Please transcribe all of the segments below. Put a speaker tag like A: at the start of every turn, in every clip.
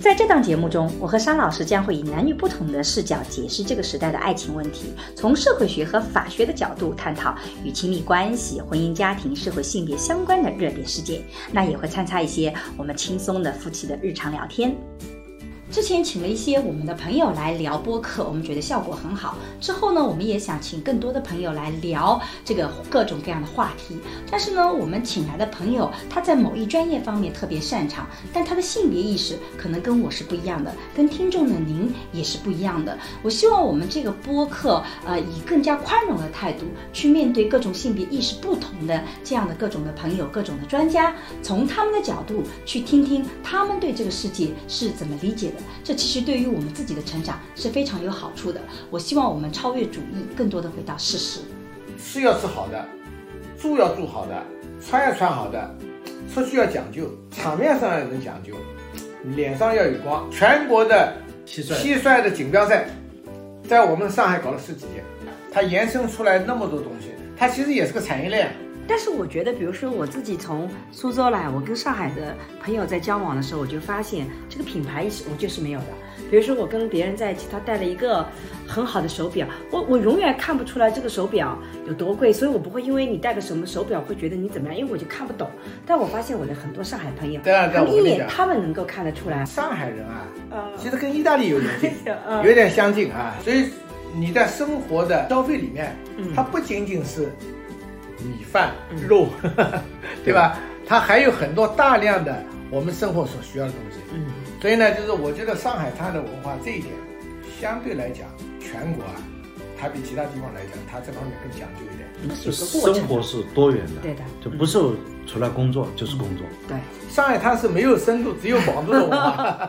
A: 在这档节目中，我和商老师将会以男女不同的视角解释这个时代的爱情问题，从社会学和法学的角度探讨与亲密关系、婚姻家庭、社会性别相关的热点事件。那也会参插一些我们轻松的夫妻的日常聊天。之前请了一些我们的朋友来聊播客，我们觉得效果很好。之后呢，我们也想请更多的朋友来聊这个各种各样的话题。但是呢，我们请来的朋友他在某一专业方面特别擅长，但他的性别意识可能跟我是不一样的，跟听众的您也是不一样的。我希望我们这个播客，呃，以更加宽容的态度去面对各种性别意识不同的这样的各种的朋友、各种的专家，从他们的角度去听听他们对这个世界是怎么理解的。这其实对于我们自己的成长是非常有好处的。我希望我们超越主义，更多的回到事实。
B: 吃要吃好的，住要住好的，穿要穿好的，出去要讲究，场面上要有人讲究，脸上要有光。全国的
C: 蟋蟀
B: 蟋蟀的锦标赛，在我们上海搞了十几届，它延伸出来那么多东西，它其实也是个产业链。啊
D: 但是我觉得，比如说我自己从苏州来，我跟上海的朋友在交往的时候，我就发现这个品牌意识我就是没有的。比如说我跟别人在一起，他戴了一个很好的手表，我我永远看不出来这个手表有多贵，所以我不会因为你戴个什么手表会觉得你怎么样，因为我就看不懂。但我发现我的很多上海朋友，
B: 对啊对
D: 他
B: 啊
D: 们
B: 我
D: 一
B: 跟你
D: 眼
B: 讲
D: 他们能够看得出来。
B: 上海人啊，
D: 呃，
B: 其实跟意大利有点近，
D: 嗯
B: 有点相近啊。所以你在生活的消费里面，它不仅仅是米饭、肉， 对吧？它还有很多大量的我们生活所需要的东西。
D: 嗯，
B: 所以呢，就是我觉得上海它的文化这一点，相对来讲，全国啊，它比其他地方来讲，它这方面更讲究一点。
D: 那是
C: 就
D: 有个
C: 是
D: 过
C: 生
D: 程。
C: 活是多元的，
D: 对的
C: 就不是除了工作就是工作。
D: 对，
B: 上海它是没有深度，只有广度的文化。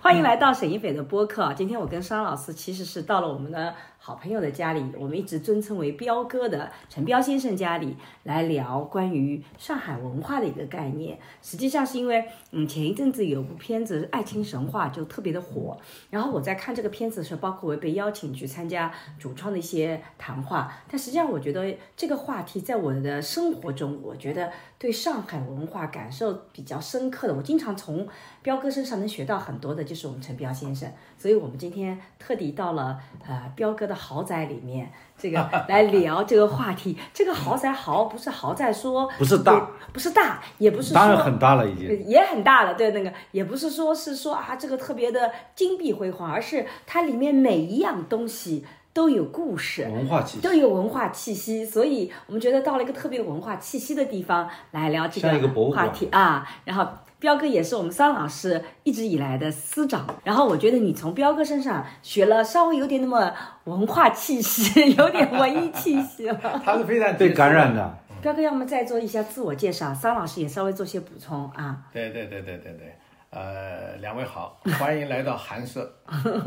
D: 欢迎来到沈一斐的播客啊。今天我跟商老师其实是到了我们的好朋友的家里，我们一直尊称为彪哥的陈彪先生家里来聊关于上海文化的一个概念。实际上是因为，嗯，前一阵子有部片子《爱情神话》就特别的火，然后我在看这个片子的时候，包括我也被邀请去参加主创的一些谈话，但实际上我觉得这个话题在我的生活中，我觉得对上海文化感受比较深刻的，我经常从彪哥身上能学到很多的，就是我们陈彪先生，所以我们今天特地到了呃彪哥的豪宅里面，这 个来聊这个话题。这个豪宅豪不是豪宅说
C: 不是大
D: 也，不是大，也不是
C: 当然
D: 说
C: 很大了已经
D: 呃也很大了，对那个也不是说是说啊这个特别的金碧辉煌，而是它里面每一样东西都有故事，
C: 文化气息
D: 都有文化气息，所以我们觉得到了一个特别有文化气息的地方来聊这
C: 像一个博物馆
D: 话题啊。然后彪哥也是我们桑老师一直以来的师长，然后我觉得你从彪哥身上学了稍微有点那么文化气息， 有点文艺气息了。
B: 它是非常
C: 被感染。的，
D: 彪哥，要么再做一下自我介绍，桑老师也稍微做些补充啊。
B: 对对对对对对，呃，两位好，欢迎来到寒 舍。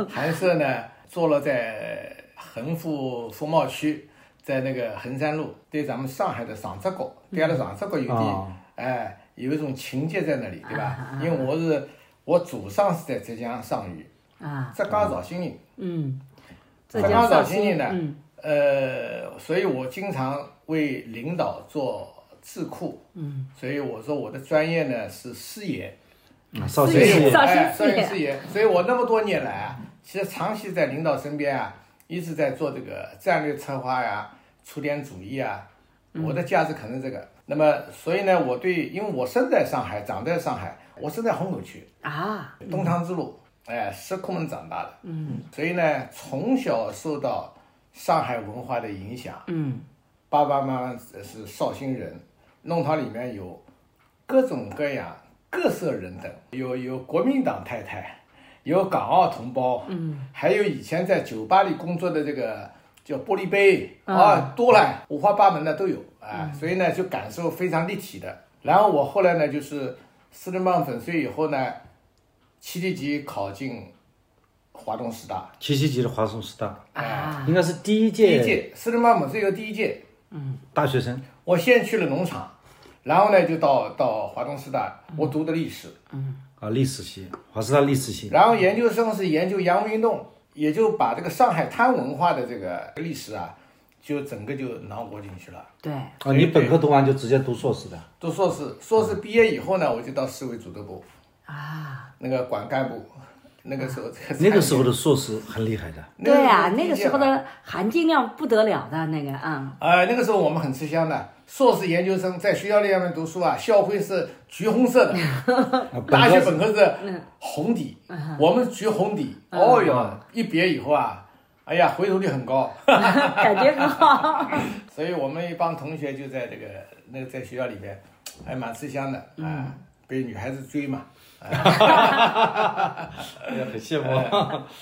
B: 寒舍呢，坐落在恒富风貌区，在那个衡山路，对咱们上海的上泽国，对了上泽国有点，
C: 哦
B: 哎、有一种情结在那里，对吧？因为我是我祖上是在浙江上虞，
D: 啊，
B: 浙江绍兴人，
D: 嗯，浙
B: 浙
D: 江
B: 江
D: 绍
B: 绍
D: 兴
B: 兴人呢，
D: 嗯
B: 呃，所以我经常为领导做智库，嗯，所以我说我的专业呢是师爷。
C: 啊绍兴
B: 所以
C: 事
B: 我
C: 业
D: 绍兴
B: 哎，
D: 事
B: 绍
D: 业
B: 兴事业，所以我那么多年来啊，其实长期在领导身边啊，一直在做这个战略策划呀、出点主意啊，我的价值可能这个。那么，所以呢，我对，因为我生在上海，长在上海，我生在虹口区
D: 啊，
B: 东塘支路，哎，石库门长大的，嗯，所以呢，从小受到上海文化的影响，
D: 嗯
B: 爸爸妈妈是绍兴人，弄堂里面有各种各样各色人等，有有国民党太太，有港澳同胞，嗯，还有以前在酒吧里工作的这个叫玻璃杯啊，多了五花八门的都有啊，所以呢就感受非常立体的。然后我后来呢就是四人帮粉碎以后呢，七年级考进华东师大，
C: 七七级的华中师大，
B: 哎
D: 啊，
C: 应该是第一
B: 第一
C: 届
B: 届斯德妈姆只有第一届，
C: 大学生，
B: 我先去了农场，然后呢就到到华东师大，我读的历史，
C: 啊，历史系，华师大历史系，
B: 然后研究生是研究洋务运动，也就把这个上海滩文化的这个历史啊，就整个就囊括进去了。
D: 对，
C: 啊，你本科读完就直接读硕士的，
B: 读硕士，硕士毕业以后呢，我就到市委组织部
D: 啊，
B: 那个管干部，那个时候这
C: 那个时候的硕士很厉害的，
B: 那个
D: 对啊，
B: 是
D: 那个
B: 第一届
D: 时候
B: 吧
D: 的含金量不得了的那个啊，
B: 呃，那个时候我们很吃香的，硕士研究生在学校里面读书啊，校徽是橘红色的，
C: 啊，本
B: 大学
C: 科
B: 本科是红底，我们橘红底，嗯哦哟，一别以后啊，哎呀，回头率很高，
D: 感觉很好。
B: 所以我们一帮同学就在这个那个在学校里边，还蛮吃香的啊、被女孩子追嘛，
C: 很羡慕，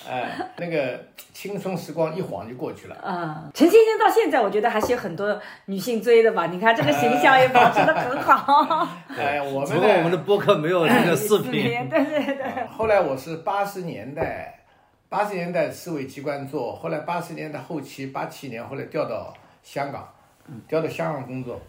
B: 哎、那个青春时光一晃就过去了。
D: 嗯，陈先生到现在，我觉得还是有很多女性追的吧。你看这个形象也保持的很 好，
B: 哎、我
C: 只
B: 们
C: 不过
B: 呢
C: 我们的播客没有那个视频，
D: 对对对，
B: 后来我是八十年代，八十年代市委机关做，后来八十年代后期，八七年后来调到香港，调到香港工作，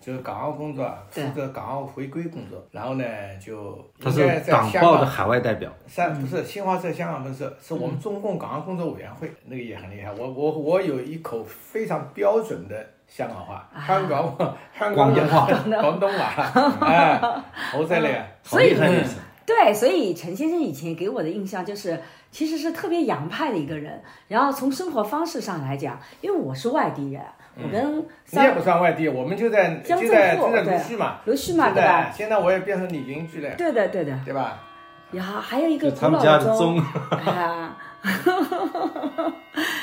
B: 就是港澳工作，啊负
D: 对
B: 责港澳回归工作。然后呢，就
C: 他
B: 应
C: 是
B: 该在
C: 港
B: 香
C: 报的
B: 港
C: 海外代表，
B: 三不是新华社香港分社，是我们中共港澳工作委员会，那个也很厉害。我我我有一口非常标准的香港话，香港话，香港
C: 广东话
B: 广东话，哎，好犀利啊！
C: 好厉害的，
D: 对，所以陈先生以前给我的印象就是，其实是特别洋派的一个人。然后从生活方式上来讲，因为我是外地人，我跟
B: 嗯你也
D: 三
B: 不算外地，我们就在
D: 江
B: 就
D: 浙
B: 在
D: 沪
B: 就在
D: 对
B: 鲁迅嘛，
D: 卢
B: 是
D: 旭嘛，对吧？？
B: 现在我也变成你邻居了，
D: 对的，对的。
B: 对吧？
D: 然后还有一个
C: 就
D: 古
C: 他们
D: 老
C: 家的
D: 钟
C: 钟，
D: 啊，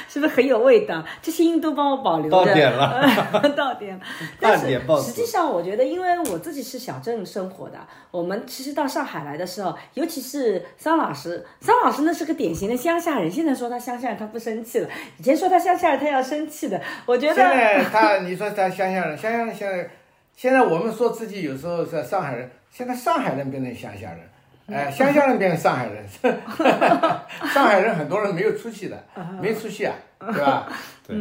D: 是不是很有味道？这些音都帮我保留着，
C: 到 点了，
D: 到点 了。但
C: 半
D: 是
C: 点报
D: 实际
C: 纸，
D: 上，我觉得，因为我自己是小镇生活的，我们其实到上海来的时候，尤其是桑老师，桑老师呢是个典型的乡下人。现在说他乡下人，他不生气了；以前说他乡下人，他要生气的。我觉
B: 现
D: 得
B: 在他，你说他乡下人，乡下人现在，现在我们说自己有时候是上海人，现在上海人变成乡下人，哎、乡下人变成上海人， 上海人很多人没有出息的，
D: 嗯
B: 没出息啊，对吧？
C: 对，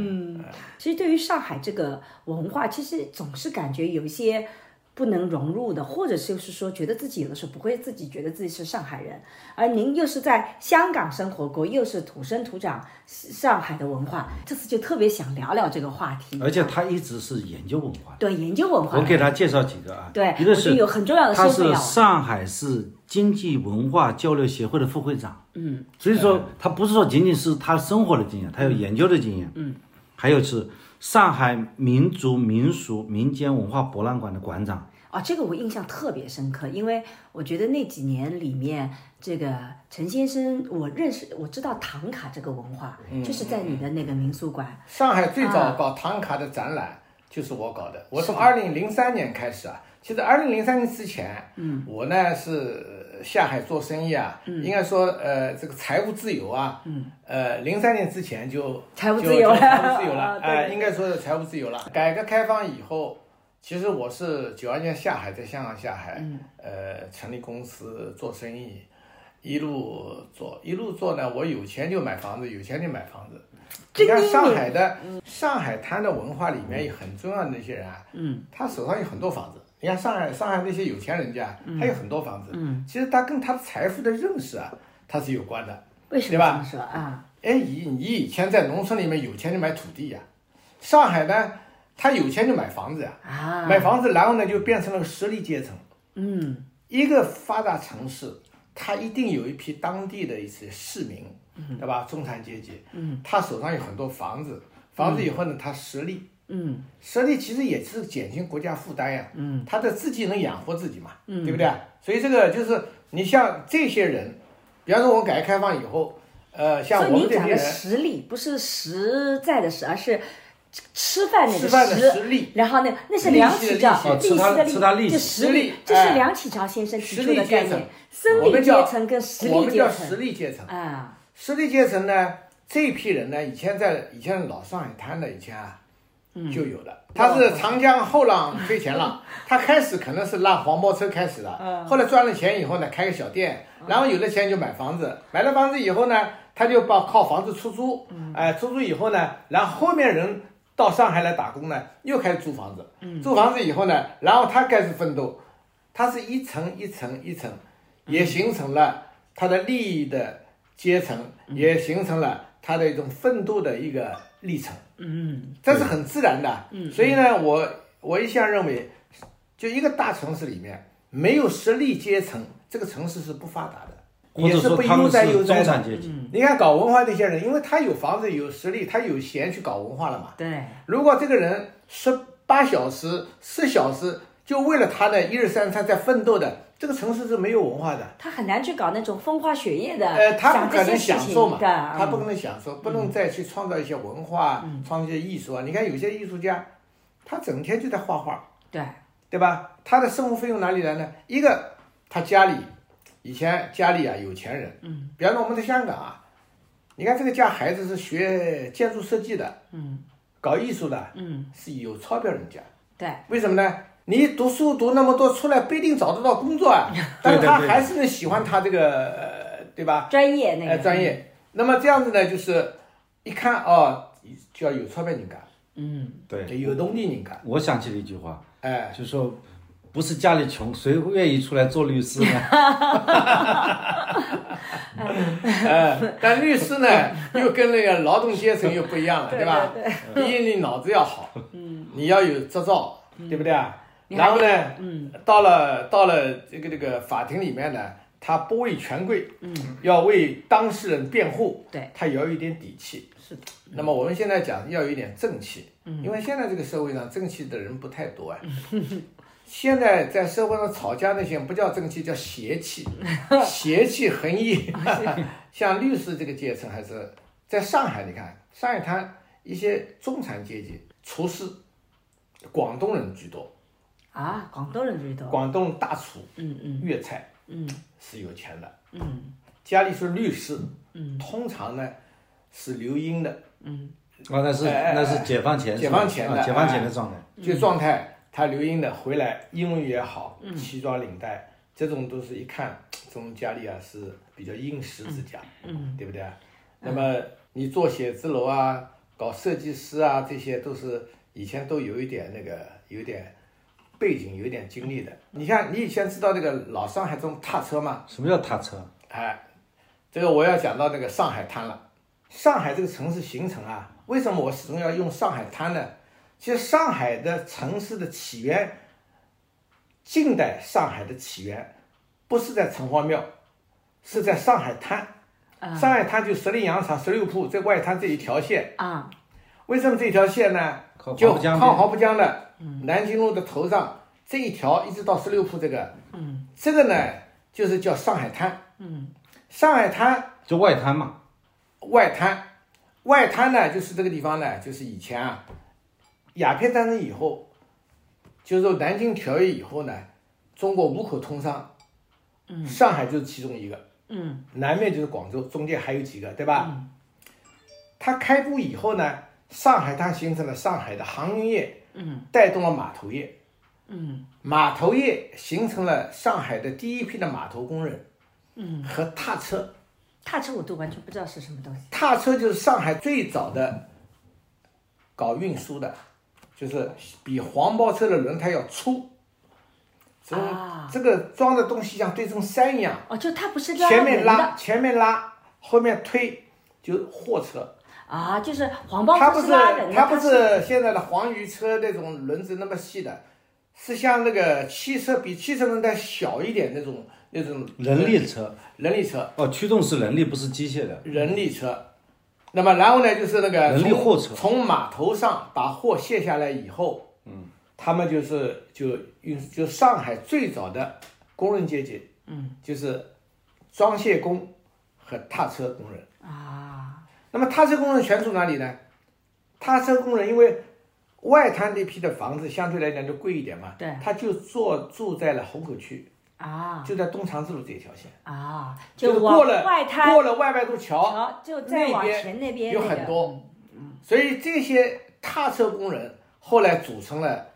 D: 其实对于上海这个文化，其实总是感觉有一些不能融入的，或者就是说，觉得自己有的时候不会自己觉得自己是上海人，而您又是在香港生活过，又是土生土长上海的文化，这次就特别想聊聊这个话
B: 嗯
D: 题。
C: 而且他一直是研究文化的，
D: 对，研究文
B: 哎
D: 化，
C: 我给他介绍几个啊，
D: 对，
C: 一个
D: 我觉得
C: 是
D: 有很重要的
C: 他
D: 身份
C: 是
D: 要
C: 上海市经济文化交流协会的副会长，嗯，所以说他不是说仅仅是他生活的经验，他有研究的经验，嗯，还有是上海民族民俗民间文化博览馆的馆长，
D: 啊，这个我印象特别深刻，因为我觉得那几年里面，这个陈先生，我认识，我知道唐卡这个文化，
C: 嗯
D: 就是在你的那个民俗馆，
B: 上海最
D: 啊
B: 早搞唐卡的展览就是我搞的，我从二零零三年开始啊。其实二零零三年之前，嗯，我呢是呃下海做生意啊，
D: 嗯
B: 应该说呃这个财务自由啊，嗯，呃零三年之前就
D: 财务
B: 就
D: 自由
B: 就
D: 了
B: 财务自由了
D: 啊，对
B: 哎，
D: 对
B: 应该说是财务自由了。改革开放以后，其实我是九二年下海，在香港下海，
D: 嗯
B: 呃，成立公司做生意，一路做一路做呢，我有钱就买房子，有钱就买房子。
D: 这
B: 你
D: 个
B: 看
D: 英
B: 上
D: 语
B: 海的上海滩的文化里面有很重要的那些人啊，嗯，他手上有很多房子。你看上海上海那些有钱人家，他有很多房子，嗯，其实他跟他的财富的认识啊，他是有关的。
D: 为什么这
B: 对吧
D: 么说啊？
B: 哎，你你以前在农村里面有钱就买土地呀、啊上海呢，他有钱就买房子呀、
D: 啊，
B: 买房子，然后呢就变成了实力阶层。
D: 嗯，
B: 一个发达城市，它一定有一批当地的一些市民，
D: 嗯
B: 对吧？中产阶级，嗯，他手上有很多房子，房子以后呢，他实力，
D: 嗯，
B: 实力其实也是减轻国家负担呀，嗯，他的自己能养活自己嘛，嗯，对不对？所以这个就是你像这些人，比方说我们改革开放以后，呃，像
D: 所以
B: 我们
D: 您
B: 这
D: 讲
B: 批
D: 的
B: 人
D: 实力不是实在的实，而是吃吃饭那
B: 吃
D: 个
B: 饭的实力，
D: 然后呢，那是梁启超
B: 利息
D: 利息的
C: 利息哦吃
B: 的
C: 他
D: 利，
C: 吃他利息
D: 就实
B: 实
D: 力
B: 力，
D: 这是
B: 哎
D: 梁启超先生提
B: 实
D: 出
B: 力
D: 的概
B: 阶层
D: 念，生
B: 我
D: 理
B: 们
D: 阶
B: 叫
D: 层跟实
B: 我
D: 力
B: 们
D: 阶
B: 叫实
D: 层
B: 力阶层。
D: 啊，
B: 实力阶层呢，这批人呢，以前在以前老上海滩的以前啊，就有了。它是长江后浪推前浪， 它开始可能是拉黄包车开始的，后来赚了钱以后呢，开个小店，然后有了钱就买房子，买了房子以后呢，他就把靠房子出租，哎、出租以后呢，然后后面人到上海来打工呢，又开始租房子，租房子以后呢，然后他开始奋斗，它是一层一层一层，也形成了它的利益的阶层，也形成了它的一种奋斗的一个历程。嗯，这是很自然的。嗯，所以呢，我我一向认为，就一个大城市里面没有实力阶层，这个城市是不发达的。
C: 或
B: 也
C: 者
B: 是
C: 说
B: 被
C: 他
B: 优
C: 们
B: 待
C: 是
B: 优待
C: 中
B: 的
C: 产。阶级，
B: 你看搞文化那些人，因为他有房子有实力，他有闲去搞文化了嘛。
D: 对，
B: 如果这个人十八小时、十小时就为了他的一日三餐在奋斗的，这个城市是没有文化的。
D: 他很难去搞那种风花雪月的，
B: 呃，他
D: 想
B: 不可
D: 这
B: 能
D: 些
B: 享
D: 事情
B: 受嘛，
D: 的嗯
B: 他不可能享受，不能再去创造一些文化，创造一些艺术啊。你看有些艺术家，他整天就在画画，
D: 对，
B: 对吧？他的生活费用哪里来呢？一个他家里以前家里啊有钱人，嗯，比方说我们在香港啊，你看这个家孩子是学建筑设计的，嗯，搞艺术的，嗯，是有钞票人家，
D: 对，
B: 为什么呢？你读书读那么多，出来不一定找得到工作 啊，但是他
C: 对对对
B: 还是能喜欢他这个，呃对吧？
D: 专业那
B: 呃，
D: 个
B: 专，业。那么这样子呢，就是一看哦，就要有钞票人干，
C: 对。
B: 有能力人干，
C: 我想起了一句话，
B: 哎，
C: 就说不是家里穷，谁会愿意出来做律 师呢？
B: 哎，但律 师呢，又跟那个劳动阶层又不一样了，对吧？第一，你脑子要好，嗯，你要有执照，对不对啊？然后呢，嗯，到了到了这个这个法庭里面呢，他不畏权贵，嗯，要为当事人辩护，
D: 对，
B: 他也要有一点底气。是的。那么我们现在讲要有一点正气，嗯，因为现在这个社会上正气的人不太多哎。现在在社会上吵架那些不叫正气，叫邪 气，邪气横溢。像律师这个阶层，还是在上海，你看上海滩一些中产阶级，厨师，广东人居多，
D: 啊，广东人最多，
B: 广东大厨，
D: 嗯嗯
B: 粤菜
D: 嗯
B: 是有钱的，
D: 嗯，
B: 家里是律师，嗯，通常呢是留英的，
C: 啊，那是
B: 哎哎
C: 那是解放前是吧，
B: 解放前的
C: 啊解放前的
B: 哎
C: 状态。
B: 就状态，他留英的回来，英文也好，西装领带，这种都是一看，这种家里啊是比较殷实之家，嗯，对不对啊？那么你做写字楼啊，搞设计师啊，这些都是以前都有一点那个，有一点背景，有一点经历的。你看，你以前知道这个老上海这种踏车吗？
C: 什么叫踏车？
B: 哎，这个我要讲到那个上海滩了。上海这个城市形成啊，为什么我始终要用上海滩呢？其实上海的城市的起源，近代上海的起源，不是在城隍庙，是在上海滩。上海滩就十里洋场、十六铺这外滩这一条线。
D: 啊，
B: 为什么这条线呢
C: 靠？
B: 就
C: 黄浦江
B: 靠
C: 边
B: 黄浦江的南京路的头上这一条，一直到十六铺这个，这个呢就是叫上海滩。上海滩
C: 就外滩嘛，
B: 外滩，外滩呢就是这个地方呢，就是以前啊，鸦片战争以后，就是说南京条约以后呢，中国五口通商，嗯，上海就是其中一个，嗯，南面就是广州，中间还有几个，对吧？它开埠以后呢，上海滩形成了上海的航运业，嗯，带动了码头业，嗯，码头业形成了上海的第一批的码头工人，嗯，和踏车，
D: 踏车我都完全不知道是什么东西，
B: 踏车就是上海最早的搞运输的，就是比黄包车的轮胎要粗，这、
D: 啊
B: 这个装的东西像对称山一样，
D: 哦，就它不是拉
B: 前面
D: 人的
B: 拉，前面拉，后面推，就是货车。
D: 啊，就是黄包
B: 它
D: 不
B: 不
D: 是拉人的，
B: 它不是现在的黄鱼车那种轮子那么细的，是像那个汽车比汽车轮胎小一点那种那种
C: 人力车
B: 人力车，
C: 哦，驱动是人力，不是机械的。
B: 人力车。那么然后呢，就是那个
C: 人力
B: 从
C: 货车
B: 从码头上把货卸下来以后，嗯，他们就是就运就上海最早的工人阶级，嗯，就是装卸工和踏车工人。
D: 啊，
B: 那么踏车工人全住哪里呢？踏车工人因为外滩那批的房子相对来讲就贵一点嘛，
D: 对
B: 他就坐住在了虹口区，
D: 啊
B: 就在东长之路这一条线，
D: 啊，
B: 就是
D: 往
B: 过了
D: 外滩
B: 过了外白渡桥，
D: 桥，就再往前那边
B: 有
D: 那个
B: 很多，所以这些踏车工人后来组成了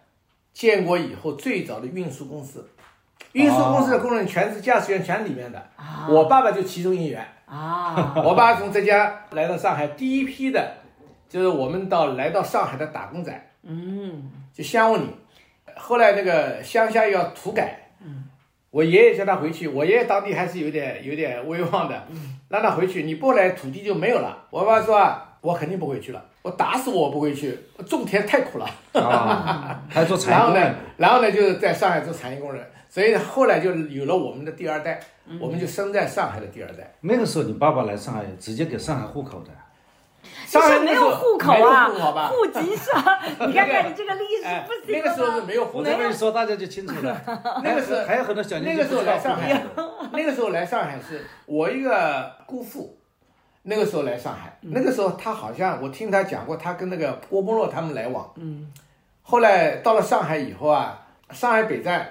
B: 建国以后最早的运输公司。运输公司的工人全是驾驶员全里面的，我爸爸就其中一员。
D: 啊，
B: 我爸从浙江来到上海，第一批的，就是我们到来到上海的打工仔，嗯，就乡务里。后来那个乡下要土改，嗯，我爷爷叫他回去，我爷爷当地还是有点有点威望的，让他回去，你不来土地就没有了。我爸说啊，我肯定不回去了，我打死我不回去，种田太苦了。
C: 啊，还做
B: 然
C: 裁
B: 后
C: 工
B: 呢
C: 的，，
B: 然后呢，就是在上海做产业工人，所以后来就有了我们的第二代，我们就生在上海的第二代。
C: 那个时候你爸爸来上海，直接给上海户口的，
D: 其
B: 上海
D: 实没
B: 那时候
D: 有户口
B: 没有
D: 啊，
B: 户口吧
D: 户籍 上，你看看你这个历史
B: 哎
D: 不，行
B: 那个时候是没有户
C: 我
B: 口
C: 这，么一说大家就清楚了。
B: 那个时候
C: 还有很多小年轻
B: 那个时候来上海
C: 不知道户口，
B: 那个时候来上海是我一个姑父，那个时候来上海，那个时候他好像我听他讲过，他跟那个郭沫若他们来往，嗯，后来到了上海以后啊，上海北站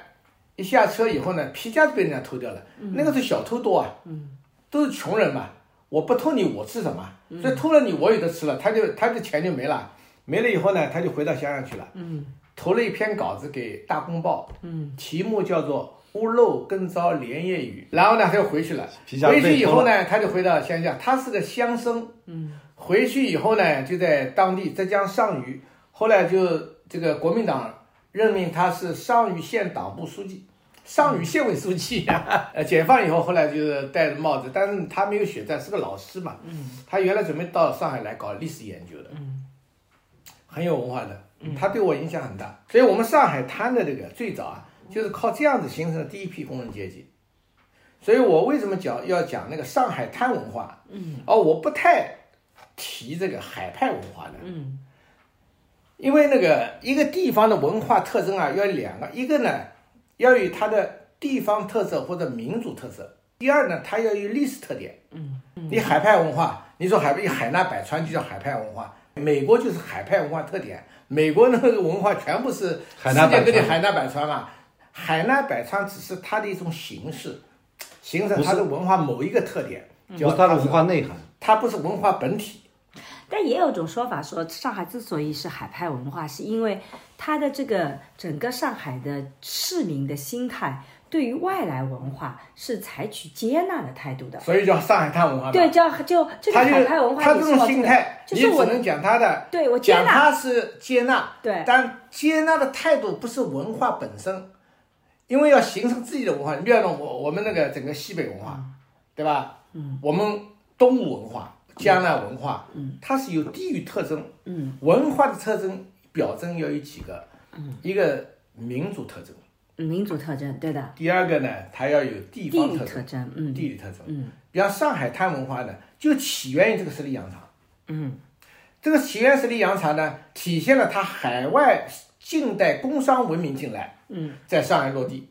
B: 一下车以后呢，皮夹子被人家偷掉了，那个时候小偷多啊，嗯，都是穷人嘛，我不偷你我吃什么？所以偷了你我有的吃了，他就他的钱就没了，没了以后呢，他就回到乡下去了，嗯。投了一篇稿子给《大公报》，嗯，题目叫做《屋漏更遭连夜雨》。然后呢，他就回去了。
C: 皮夹被
B: 回去以后呢，他就回到乡下，他是个乡绅，嗯，回去以后呢，就在当地浙江上虞，后来就这个国民党任命他是上虞县党部书记。上虞县委书记、呃，解放以后，后来就是戴着帽子，但是他没有血债，是个老师嘛。嗯，他原来准备到上海来搞历史研究的。很有文化的，他对我影响很大。所以，我们上海滩的这个最早啊，就是靠这样子形成的第一批工人阶级。所以我为什么讲要讲那个上海滩文化？嗯，哦，我不太提这个海派文化的，嗯，因为那个一个地方的文化特征啊，要有两个，一个呢要有它的地方特色或者民族特色，第二呢，它要有历史特点。你海派文化，你说海海纳百川就叫海派文化，美国就是海派文化特点，美国那个文化全部是
C: 海
B: 世
C: 纳百川
B: 界各地海纳百川嘛，海纳百川只是它的一种形式，形成它的文化某一个特点，
C: 不
B: 叫
C: 是他的文化内涵。
B: 它不是文化本体。
D: 但也有一种说法说，上海之所以是海派文化，是因为它的这个整个上海的市民的心态对于外来文化是采取接纳的态度的。
B: 所以叫上海滩文化嘛。
D: 对，叫就这个
B: 他就
D: 海
B: 是
D: 派文化
B: 他
D: 也
B: 这
D: 是
B: 种
D: 我
B: 心态，
D: 就是
B: 你只
D: 我
B: 能讲他的，
D: 对我接
B: 讲
D: 纳，
B: 他是接纳，
D: 对
B: 但接纳的态度不是文化本身，因为要形成自己的文化。你比方说我我们那个整个西北文化，对吧？嗯，我们东吴文化、江南文化，嗯，它是有地域特征，嗯，文化的特征表征要有几个，嗯，一个民族特征，
D: 嗯民族特征，对的，
B: 第二个呢，它要有地
D: 地
B: 方
D: 理
B: 特
D: 特
B: 征，
D: 征，嗯，
B: 地理特征。嗯，比方上海滩文化呢，就起源于这个十里洋场。嗯，这个起源十里洋场呢，体现了它海外近代工商文明进来，嗯，在上海落地，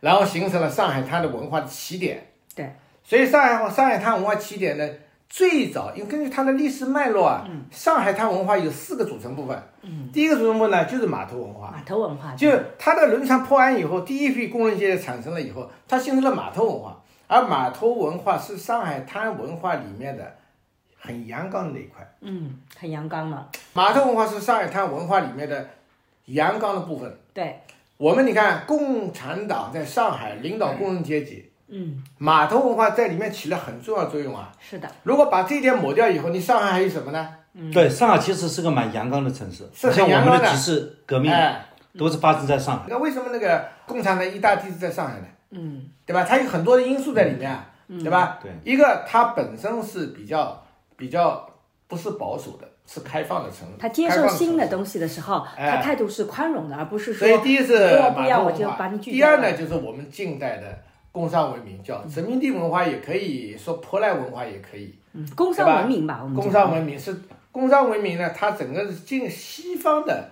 B: 然后形成了上海滩的文化的起点。
D: 对，
B: 所以上海上海滩文化起点呢，最早因为根据它的历史脉络啊，上海滩文化有四个组成部分。嗯，第一个组成部分呢就是码头文化。
D: 码头文化，
B: 就它这个轮船破岸以后，第一批工人阶级产生了以后，它形成了码头文化，而码头文化是上海滩文化里面的很阳刚的那一块。
D: 嗯，很阳刚了，
B: 码头文化是上海滩文化里面的阳刚的部分。
D: 对，
B: 我们你看，共产党在上海领导工人阶级，
D: 嗯，
B: 码头文化在里面起了很重要的作用啊。
D: 是的，
B: 如果把这一点抹掉以后，你上海还有什么呢？
C: 对，上海其实是个蛮阳刚的城市，
B: 嗯是很
C: 像我
B: 阳
C: 们
B: 刚的
C: 几次革命
B: 哎，
C: 都是发生在上海。
B: 那为什么那个共产党一大批是在上海呢？嗯，对吧？它有很多的因素在里面，啊
D: 嗯
B: 对吧？
C: 对
B: 一个它本身是比较比较不是保守的，是开放的城市，
D: 他接
B: 开放
D: 受
B: 的城市
D: 新的东西的时候，
B: 哎
D: 他态度是宽容的，而不是说
B: 所以第一是
D: 如果不
B: 马
D: 要
B: 头
D: 我
B: 文
D: 就
B: 化
D: 把你，拒
B: 第
D: 掉
B: 二
D: 了
B: 呢就是我们近代的工商文明，叫殖民地文化，也可以说舶来文化，也可以。
D: 嗯工商
B: 对吧
D: 文明吧，我们
B: 工
D: 讲
B: 商文明是工商文明呢，它整个是进西方的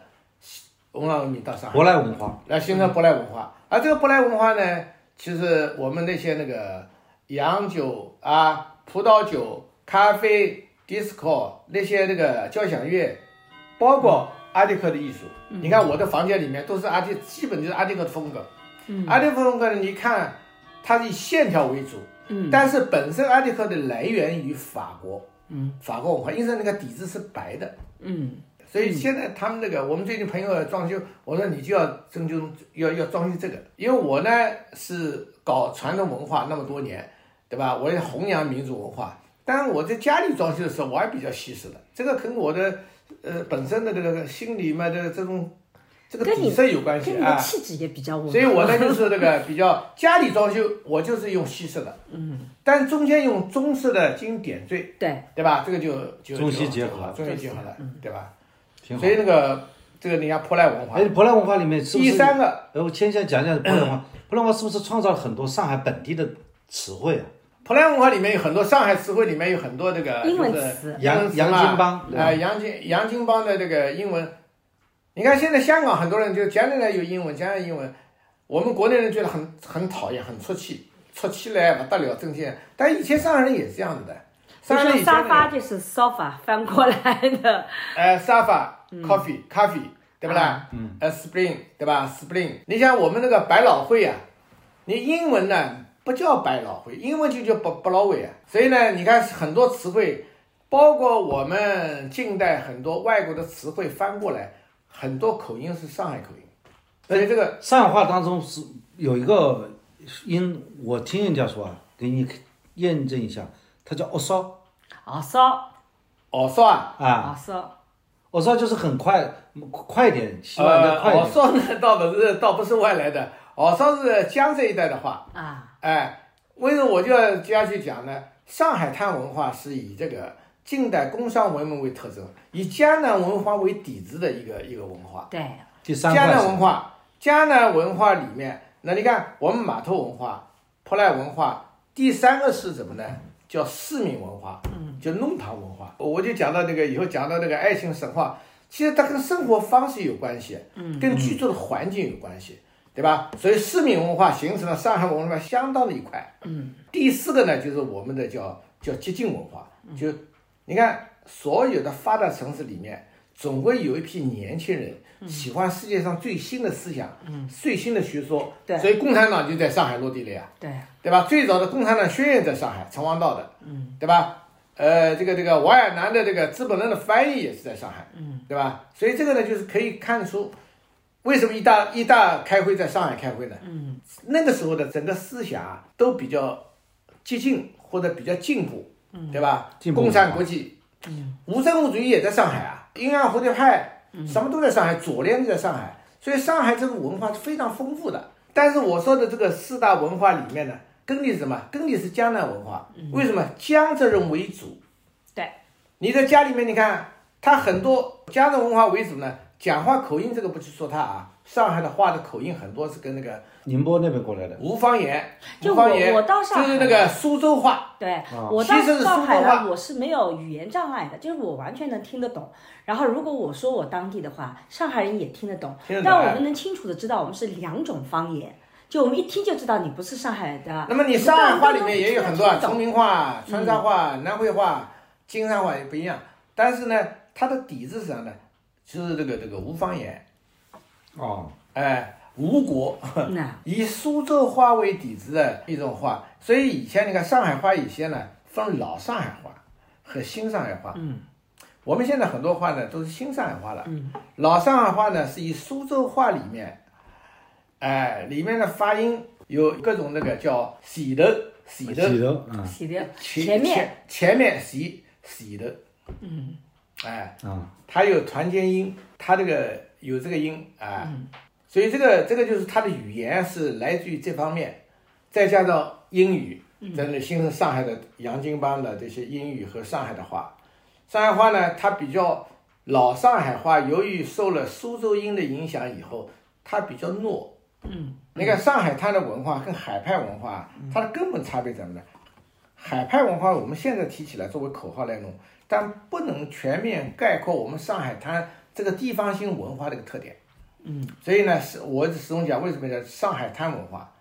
B: 工商文明到上海。
C: 舶来文化，
B: 来形成舶来文化。而这个舶来文化呢，其实我们那些那个洋酒啊、葡萄酒、咖啡、disco 那些那个交响乐，包括阿迪克的艺术。你看我的房间里面都是阿迪，基本就是阿迪克的风格。
D: 嗯
B: 阿迪克风格呢，你看它是以线条为主，嗯，但是本身阿迪克的来源于法国，嗯，法国文化，因此那个底子是白的，
D: 嗯，
B: 所所以现在他们这个，我们最近朋友装修，我说你就要征求要要装修这个，因为我呢是搞传统文化那么多年，对吧？我也弘扬民族文化，但我在家里装修的时候，我还比较西式的，这个跟我的呃本身的这个心理嘛，这个这种这个
D: 跟你
B: 底色有关系
D: 跟你
B: 啊
D: 的。气质也比较吻合。
B: 所以我呢就是这个比较家里装修，我就是用西式的，嗯，但中间用中式的进行点缀，
D: 对，
B: 对吧？这个就就
C: 中西
B: 就
C: 结
B: 就好
C: 合
B: 中西结合了，对吧？
C: 挺好
B: 所。以那个这个你看舶来文化
C: 哎，，舶来文化里面是不是？
B: 第三个
C: 呃，我先先讲
B: 嗯
C: 讲舶来文化，舶来文化是不是创造了很多上海本地的词汇啊？
B: 舶来文化里面有很多上海词汇，里面有很多这个
D: 英文
B: 就是
D: 词
B: 英文
C: 洋
B: 词嘛
C: 洋金帮对吧
B: 啊，洋金洋金帮的这个英文，你看现在香港很多人就讲起来有英文，讲起来英文，我们国内人觉得很很讨厌，很出气，出气嘞不得了，真些。但以前上海人也是这样子的，上海人
D: 就
B: 以
D: 是
B: 前
D: 沙发
B: 的
D: 就是 sofa 翻过来的，
B: 呃沙发、coffee、咖啡，对不啦？嗯，呃 spring 对吧？spring，你像我们那个百老汇啊，你英文呢不叫百老汇，英文就叫百百老汇啊。所以呢，你看很多词汇，包括我们近代很多外国的词汇翻过来，很多口音是上海口音。所以这个
C: 上海话当中是有一个音，我听人家说啊，给你验证一下，它叫“恶骚
D: 啊骚
B: 哦少啊，”
C: 啊
D: 啊，骚，
C: 恶骚就是很快，快一点，希望再
B: 呃，
C: 快一
B: 哦
C: 点。
B: 少呢倒不是倒不是外来的，哦少是江浙一带的话。
D: 啊，
B: 哎，为什么我就要接下去讲呢？上海滩文化是以这个近代工商文明为特征，以江南文化为底子的一个一个文化。
D: 对，
C: 第三
B: 江
C: 块
B: 南
C: 是
B: 文化，江南文化里面，那你看我们码头文化、舶来文化，第三个是什么呢？叫市民文化，嗯，就弄堂文化。我就讲到那个以后讲到那个爱情神话，其实它跟生活方式有关系，嗯，跟居住的环境有关系，对吧？所以市民文化形成了上海文化相当的一块。嗯，第四个呢，就是我们的叫叫激进文化，就你看所有的发达城市里面，总会有一批年轻人喜欢世界上最新的思想、最新的学说，
D: 对
B: 所以共产党就在上海落地了呀。
D: 对，
B: 对吧？最早的共产党宣言在上海城隍道的，嗯，对吧？呃，这个这个王亚南的这个《资本论》的翻译也是在上海，嗯，对吧？所以这个呢，就是可以看出为什么一大一大开会在上海开会呢？嗯，那个时候的整个思想啊都比较激进或者比较进步，嗯，对吧？
C: 进步啊
B: 共产国际，嗯，无政府主义也在上海啊，阴暗蝴蝶派，什么都在上海，左联就在上海，所以上海这个文化是非常丰富的。但是我说的这个四大文化里面呢，耕地是什么？耕地是江南文化，为什么？江浙人为主。
D: 对，
B: 你在家里面，你看他很多江浙文化为主呢，讲话口音这个不去说他啊，上海的话的口音很多是跟那个
C: 宁波那边过来的，
B: 吴方言，
D: 就
B: 吴方言
D: 我我到上海
B: 就是那个苏州话，
D: 对，我
B: 啊其
D: 到
B: 实是
D: 上海
B: 苏州话
D: 了，我是没有语言障碍的，就是我完全能听得懂。然后如果我说我当地的话，上海人也听得懂，
B: 听得懂
D: 但
B: 哎
D: 我们能清楚的知道我们是两种方言，就我们一听就知道你不是上海的。
B: 那么你上海话里面也有很多啊，
D: 你不能
B: 崇明话、
D: 嗯
B: 川沙话、南汇话、金山话也不一样，但是呢，它的底子是啥呢？就是这个这个吴方言，
C: 哦，
B: 哎，吴国。
D: 听 得懂那
B: 以苏州话为底子的一种话，所以以前你看上海话，以前呢分老上海话和新上海话。嗯，我们现在很多话呢都是新上海话了。嗯，老上海话呢是以苏州话里面，哎、里面的发音有各种那个叫洗头、洗头、
C: 洗头，嗯
D: 洗 的
B: 前
D: 前面
B: 前前面洗洗头。嗯，哎，
C: 嗯，
B: 它有团结音，它这个有这个音啊，所以这个这个就是它的语言是来自于这方面，再加上英语，在那形成上海的洋泾浜的这些英语和上海的话，上海话呢，它比较老上海话，由于受了苏州音的影响以后，它比较糯。嗯，你看上海滩的文化跟海派文化，它的根本差别在哪呢？海派文化我们现在提起来作为口号来弄，但不能全面概括我们上海滩这个地方性文化的一个特点。嗯，所以呢，是我始终讲为什么叫上海滩文化，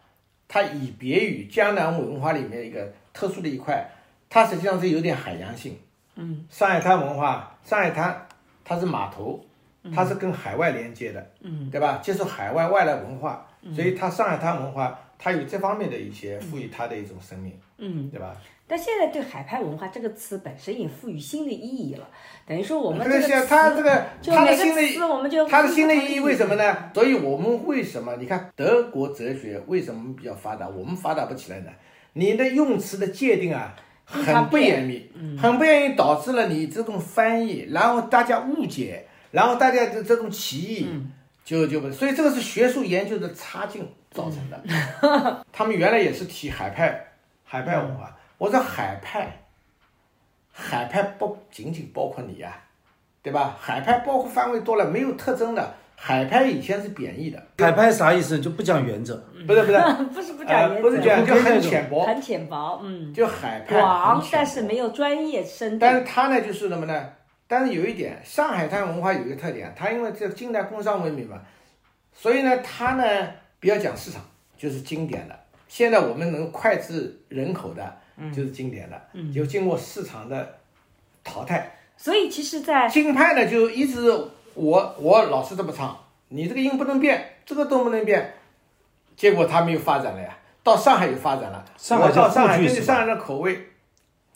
B: 它以别于江南文化里面一个特殊的一块，它实际上是有点海洋性。嗯，上海滩文化，上海滩它是码头，
D: 嗯
B: 它是跟海外连接的，嗯，对吧？接受海
D: 嗯
B: 外外来文化，所以它上海滩文化它有这方面的一些赋予它的一种生命。嗯，对吧？
D: 但现在对海派文化这个词本身也赋予新的意义了，等于说我们
B: 那
D: 这个
B: 像
D: 词，
B: 他这个
D: 就
B: 他的
D: 每
B: 新
D: 个
B: 的
D: 词我们就
B: 它的新的意义
D: 义
B: 为什么呢？所以我们为什么你看德国哲学为什么比较发达，我们发达不起来呢？你的用词的界定啊，
D: 非常
B: 很不严密，
D: 嗯
B: 很不严密，导致了你这种翻译，然后大家误解，然后大家的这种歧义，
D: 嗯
B: 就就不，所以这个是学术研究的差劲造成的。
D: 嗯
B: 他们原来也是提海派，海派文化。我说海派，海派不仅仅包括你啊，对吧？海派包括范围多了，没有特征的。海派以前是贬义的，
C: 海派啥意思？就不讲原则，
B: 不是不是，
D: 不嗯是不讲
B: 呃，
D: 原
B: 不是
D: 则
B: 这样，就很浅薄，
D: 很浅薄，嗯，
B: 就海派很
D: 广，
B: 浅
D: 但
B: 薄
D: 是没有专业深
B: 但
D: 度。
B: 是它呢，就是什么呢？但是有一点，上海滩文化有一个特点，它因为这近代工商文明嘛，所以呢，它呢比较讲市场，就是经典的。现在我们能脍炙人口的，
D: 嗯
B: 就是经典的，就经过市场的淘汰。
D: 所以其实，在
B: 京派呢，就一直我我老是这么唱，你这个音不能变，这个都不能变，结果他们又发展了呀，到上海又发展了，
C: 上海
B: 我到
C: 就
B: 上海
C: 沪剧
B: 根据
C: 是吧
B: 上海的口味，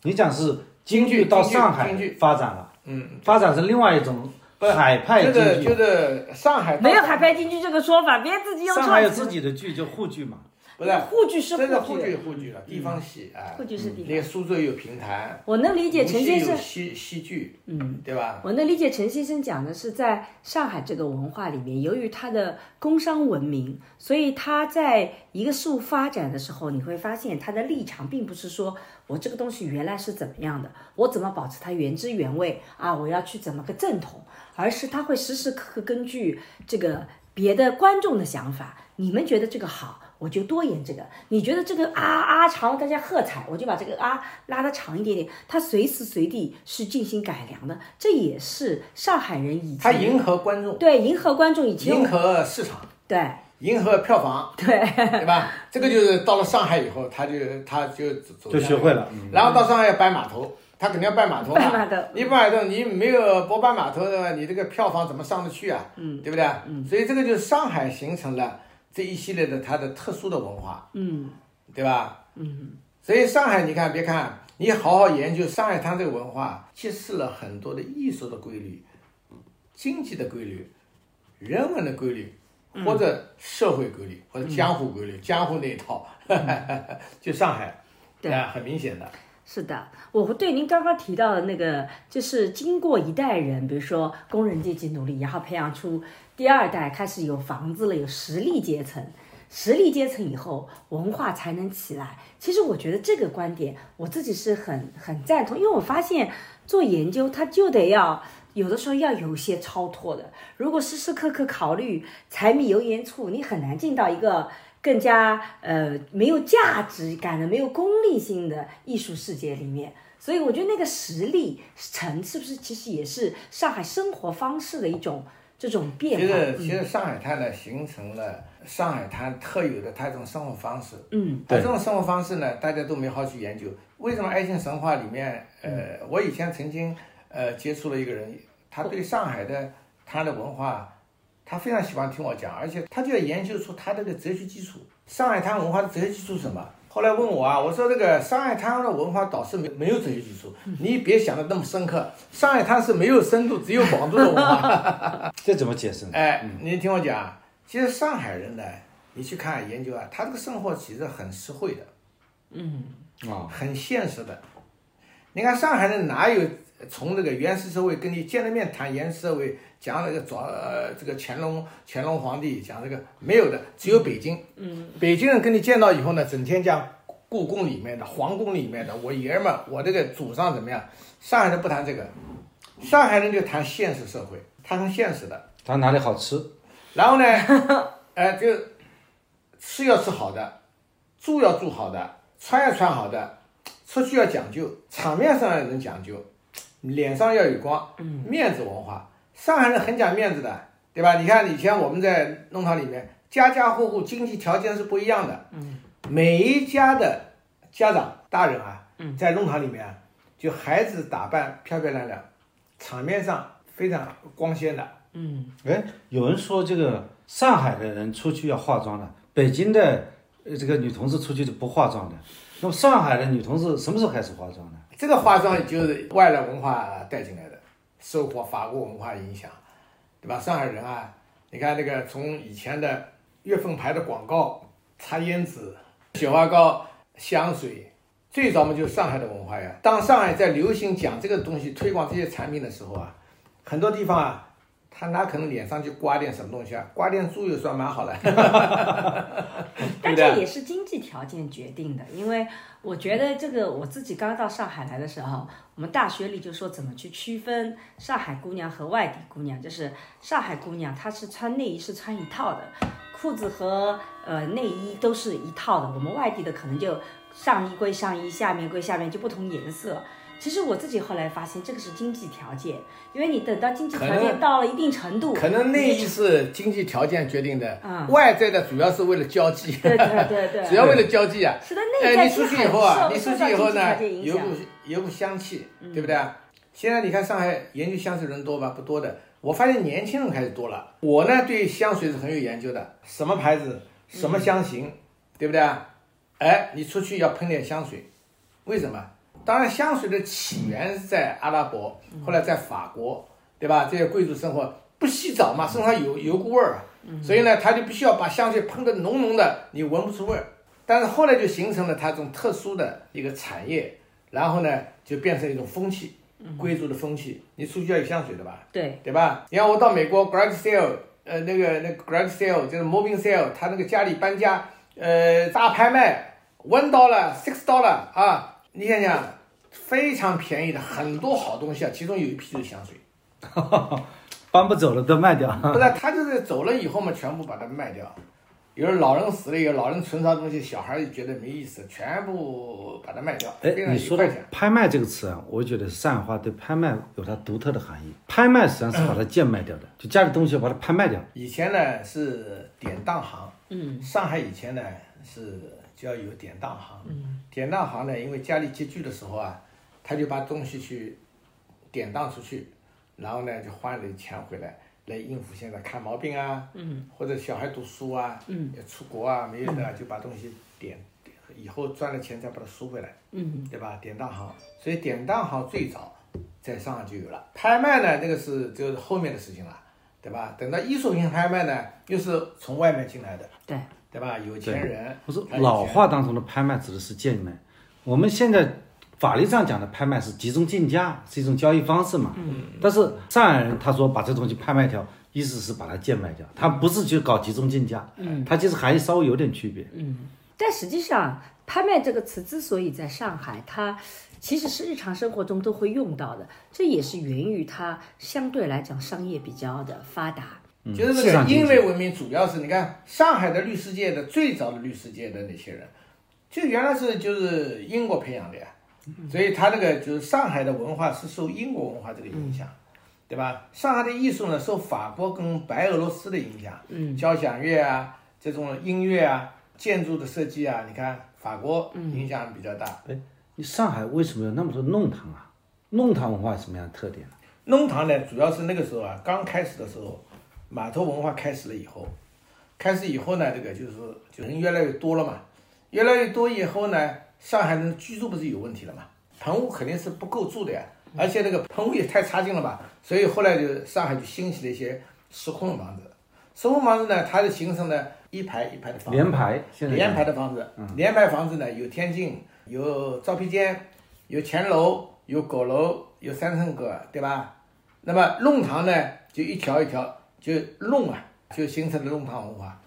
C: 你讲是京
B: 京剧
C: 剧到
B: 京剧
C: 上海
B: 京剧
C: 发展了，
B: 嗯，
C: 发展成另外一种海派
B: 这个
C: 京
B: 就
C: 剧。
B: 是上海到
D: 没有海派京剧这个说法，别自己又
C: 上海有
D: 创
C: 自
D: 新
C: 己的剧，就沪剧嘛。
B: 不是
D: 沪剧是
B: 真的
D: 沪
B: 沪
D: 剧
B: 剧沪剧了，地方戏啊，
D: 沪剧是嗯地方
B: 连苏州有评弹，
D: 我能理解陈
B: 无锡
D: 先
B: 有
D: 生，
B: 戏戏剧，嗯，对吧？
D: 我能理解陈先生讲的是，在上海这个文化里面，由于它的工商文明，所以它在一个事物发展的时候，你会发现它的立场并不是说我这个东西原来是怎么样的，我怎么保持它原汁原味啊，我要去怎么个正统，而是它会时时刻刻根据这个别的观众的想法，你们觉得这个好，我就多演这个；你觉得这个啊啊长，大家喝彩，我就把这个啊拉得长一点点。它随时随地是进行改良的，这也是上海人以前
B: 它迎合观众，
D: 对迎合观众哎以前
B: 迎合市场，
D: 对
B: 迎合票房，对，对吧？这个就是到了上海以后，他就他就走走
C: 就
B: 向
C: 学会了
B: 然后到上海要摆码头。他肯定要拜码头嘛，
D: 拜码头
B: 你摆码头，你没有不拜码头的话，你这个票房怎么上得去啊？嗯，对不对？嗯，所以这个就是上海形成了这一系列的它的特殊的文化。
D: 嗯
B: 对吧？嗯，所以上海，你看，别看你好好研究上海滩这个文化，揭示了很多的艺术的规律、经济的规律、人文的规律，
D: 嗯
B: 或者社会规律，或者江湖规律，江湖那一套， 就上海，
D: 嗯对
B: 啊，很明显的。
D: 是的，我会对您刚刚提到的那个，就是经过一代人，比如说工人阶级努力，然后培养出第二代，开始有房子了，有实力阶层。实力阶层以后，文化才能起来。其实我觉得这个观点，我自己是很很赞同，因为我发现做研究，它就得要有的时候要有一些超脱的。如果时时刻刻考虑柴米油盐醋，你很难进到一个更加呃没有价值感的、没有功利性的艺术世界里面。所以我觉得那个实力层是不是其实也是上海生活方式的一种这种变
B: 其
D: 化？嗯
B: 实，其实上海滩呢，形成了上海滩特有的它一种生活方式。
D: 嗯，
B: 而
C: 对
B: 这种生活方式呢，大家都没好去研究。为什么爱情神话里面，
D: 嗯
B: 呃，我以前曾经呃接触了一个人，他对上海的他的文化，他非常喜欢听我讲，而且他就要研究出他这个哲学基础，上海滩文化的哲学基础是什么？后来问我啊，我说这个上海滩的文化导师没没有哲学基础，你别想的那么深刻，上海滩是没有深度，只有广度的文化。
C: 这怎么解释呢？
B: 哎，你听我讲，其实上海人呢，你去看研究啊，他这个生活其实很实惠的，
C: 啊，
B: 很现实的。你看上海人哪有从这个原始社会跟你见了面谈原始社会，讲那个早呃这个乾隆乾隆皇帝讲这个没有的，只有北京。嗯，北京人跟你见到以后呢，整天讲故宫里面的、皇宫里面的，我爷们儿，我这个祖上怎么样？上海人不谈这个，上海人就谈现实社会，他很现实的。
C: 它哪里好吃？
B: 然后呢， 呃，就吃要吃好的，住要住好的，穿要穿好的，出去要讲究，场面上要能讲究，脸上要有光，面子文化。上海人很讲面子的，对吧？你看以前我们在弄堂里面，家家户户经济条件是不一样的，每一家的家长大人啊，在弄堂里面啊，就孩子打扮漂漂亮亮，场面上非常光鲜的。
C: 哎，有人说这个上海的人出去要化妆的，北京的呃这个女同志出去就不化妆的，那么上海的女同志什么时候开始化妆呢？
B: 这个化妆就是外来文化带进来的，受过法国文化影响，对吧？上海人啊，你看那个从以前的月份牌的广告、擦胭脂、雪花膏、香水，最早嘛就是上海的文化呀。当上海在流行讲这个东西、推广这些产品的时候啊，很多地方啊。他哪可能脸上去刮点什么东西啊？刮点猪油算蛮好了，对
D: 但
B: 不
D: 这
B: 对？
D: 也是经济条件决定的，因为我觉得这个我自己刚到上海来的时候，我们大学里就说怎么去区分上海姑娘和外地姑娘，就是上海姑娘她是穿内衣是穿一套的，裤子和呃内衣都是一套的，我们外地的可能就上衣归上衣，下面归下面，就不同颜色。其实我自己后来发现，这个是经济条件，因为你等到经济条
B: 可
D: 件
B: 能
D: 到了一定程度，
B: 可能内
D: 你
B: 衣是经济条件决定的，
D: 嗯
B: 外在的主要是为了交际，啊
D: 对对对对，
B: 主要为了交际啊。
D: 是的，内
B: 哎，
D: 在
B: 你
D: 是
B: 出去
D: 很
B: 以后啊，
D: 受
B: 你出
D: 受
B: 去
D: 到
B: 以后
D: 经济条
B: 呢，
D: 件影
B: 有股
D: 响。嗯
B: 有股香气，对不对啊？现在你看上海研究香水人多吧？不多的，我发现年轻人开始多了。我呢对香水是很有研究的，什么牌子，什
D: 嗯
B: 么香型，对不对啊？哎，你出去要喷点香水，为什么？当然，香水的起源是在阿拉伯，
D: 嗯
B: 后来在法国，对吧？这些贵族生活不洗澡嘛，身上有油垢味儿啊，
D: 嗯
B: 所以呢，他就必须要把香水喷得浓浓的，你闻不出味儿。但是后来就形成了它这种特殊的一个产业，然后呢，就变成一种风气，贵族的风气。你出去要有香水的吧？
D: 对，
B: 对吧？你看我到美国 garage sale，呃，那个那个 garage sale 就是 moving sale，他那个家里搬家，呃，大拍卖，one dollar six dollar 啊，你想想，非常便宜的很多好东西啊，其中有一批就是香水，
C: 搬不走了都卖掉。
B: 不然他就是走了以后嘛，全部把它卖掉。有人老人死了以后，老人存烧东西，小孩也觉得没意思，全部把它卖掉，
C: 哎
B: 非，常
C: 你
B: 愉
C: 说到
B: 快钱。
C: 拍卖这个词啊，我觉得上海话对拍卖有它独特的含义。拍卖实际上是把它贱卖掉的，就家里东西把它拍卖掉。
B: 以前呢是典当行，嗯，上海以前呢是叫有典当行，嗯，典当行呢，因为家里拮据的时候啊，他就把东西去典当出去，然后呢就换了钱回来，来应付现在看毛病啊，嗯，或者小孩读书啊，嗯，出国啊没有的就把东西典，以后赚了钱再把它赎回来，嗯，对吧？典当行，所以典当行最早在上海就有了，拍卖呢那个是就是后面的事情了。对吧？等到艺术品拍卖呢，又是从外面进来的，
D: 对，
B: 对吧？有钱人，
C: 我说
B: 还有
C: 老
B: 钱
C: 话当中的拍卖指的是贱卖，我们现在法律上讲的拍卖是集中竞价，是一种交易方式嘛。嗯。但是上海人他说把这东西拍卖掉，意思是把它贱卖掉，他不是去搞集中竞价，嗯，他其实含义稍微有点区别。
D: 但实际上，拍卖这个词之所以在上海，它其实是日常生活中都会用到的，这也是源于它相对来讲商业比较的发达。
B: 就是
C: 嗯市
B: 那
C: 场
B: 个
C: 经济
B: 英美文明，主要是你看上海的律师界的最早的律师界的那些人，就原来是就是英国培养的呀，所以他那个就是上海的文化是受英国文化这个影响，对吧？上海的艺术呢受法国跟白俄罗斯的影响，嗯，交响乐啊，这种音乐啊，建筑的设计啊，你看法国影响比较大。
C: 你上海为什么有那么多弄堂啊？弄堂文化有什么样的特点呢？
B: 弄堂呢，主要是那个时候啊，刚开始的时候，码头文化开始了以后，开始以后呢，这个就是就人越来越多了嘛，越来越多以后呢，上海人居住不是有问题了嘛，棚屋肯定是不够住的呀，而且那个棚屋也太差劲了吧，所以后来就上海就兴起了一些石空房子，石空房子呢，它是形成了一排一排的房子，
C: 联排现在
B: 联排的房子，联排房子呢有天井，有照壁间，有前楼，有阁楼，有三层阁，对吧？那么弄堂呢，就一条一条就弄啊，就形成了弄堂文化。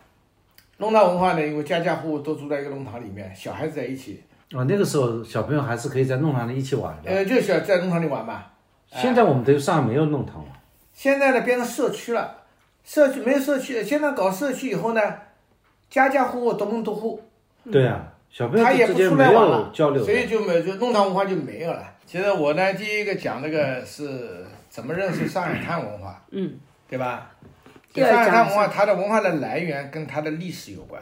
B: 弄堂文化呢，因为家家户户都住在一个弄堂里面，小孩子在一起，
C: 啊，那个时候小朋友还是可以在弄堂里一起玩的。
B: 呃，就小在弄堂里玩嘛。
C: 现在我们对上海没有弄堂了，
B: 现在呢变成社区了，社区没有社区，现在搞社区以后呢，家家户户独门独户，
C: 对啊，小朋友
B: 嗯他也
C: 之
B: 不
C: 间
B: 出
C: 没
B: 来玩了
C: 有，交流
B: 所以
C: 的。
B: 就没就弄堂文化就没有了。其实我呢，第一个讲那个是怎么认识上海滩文化，嗯，对吧？
D: 第
B: 就
D: 二
B: 上海
D: 讲
B: 滩
D: 是
B: 文化，它的文化的来源跟它的历史有关。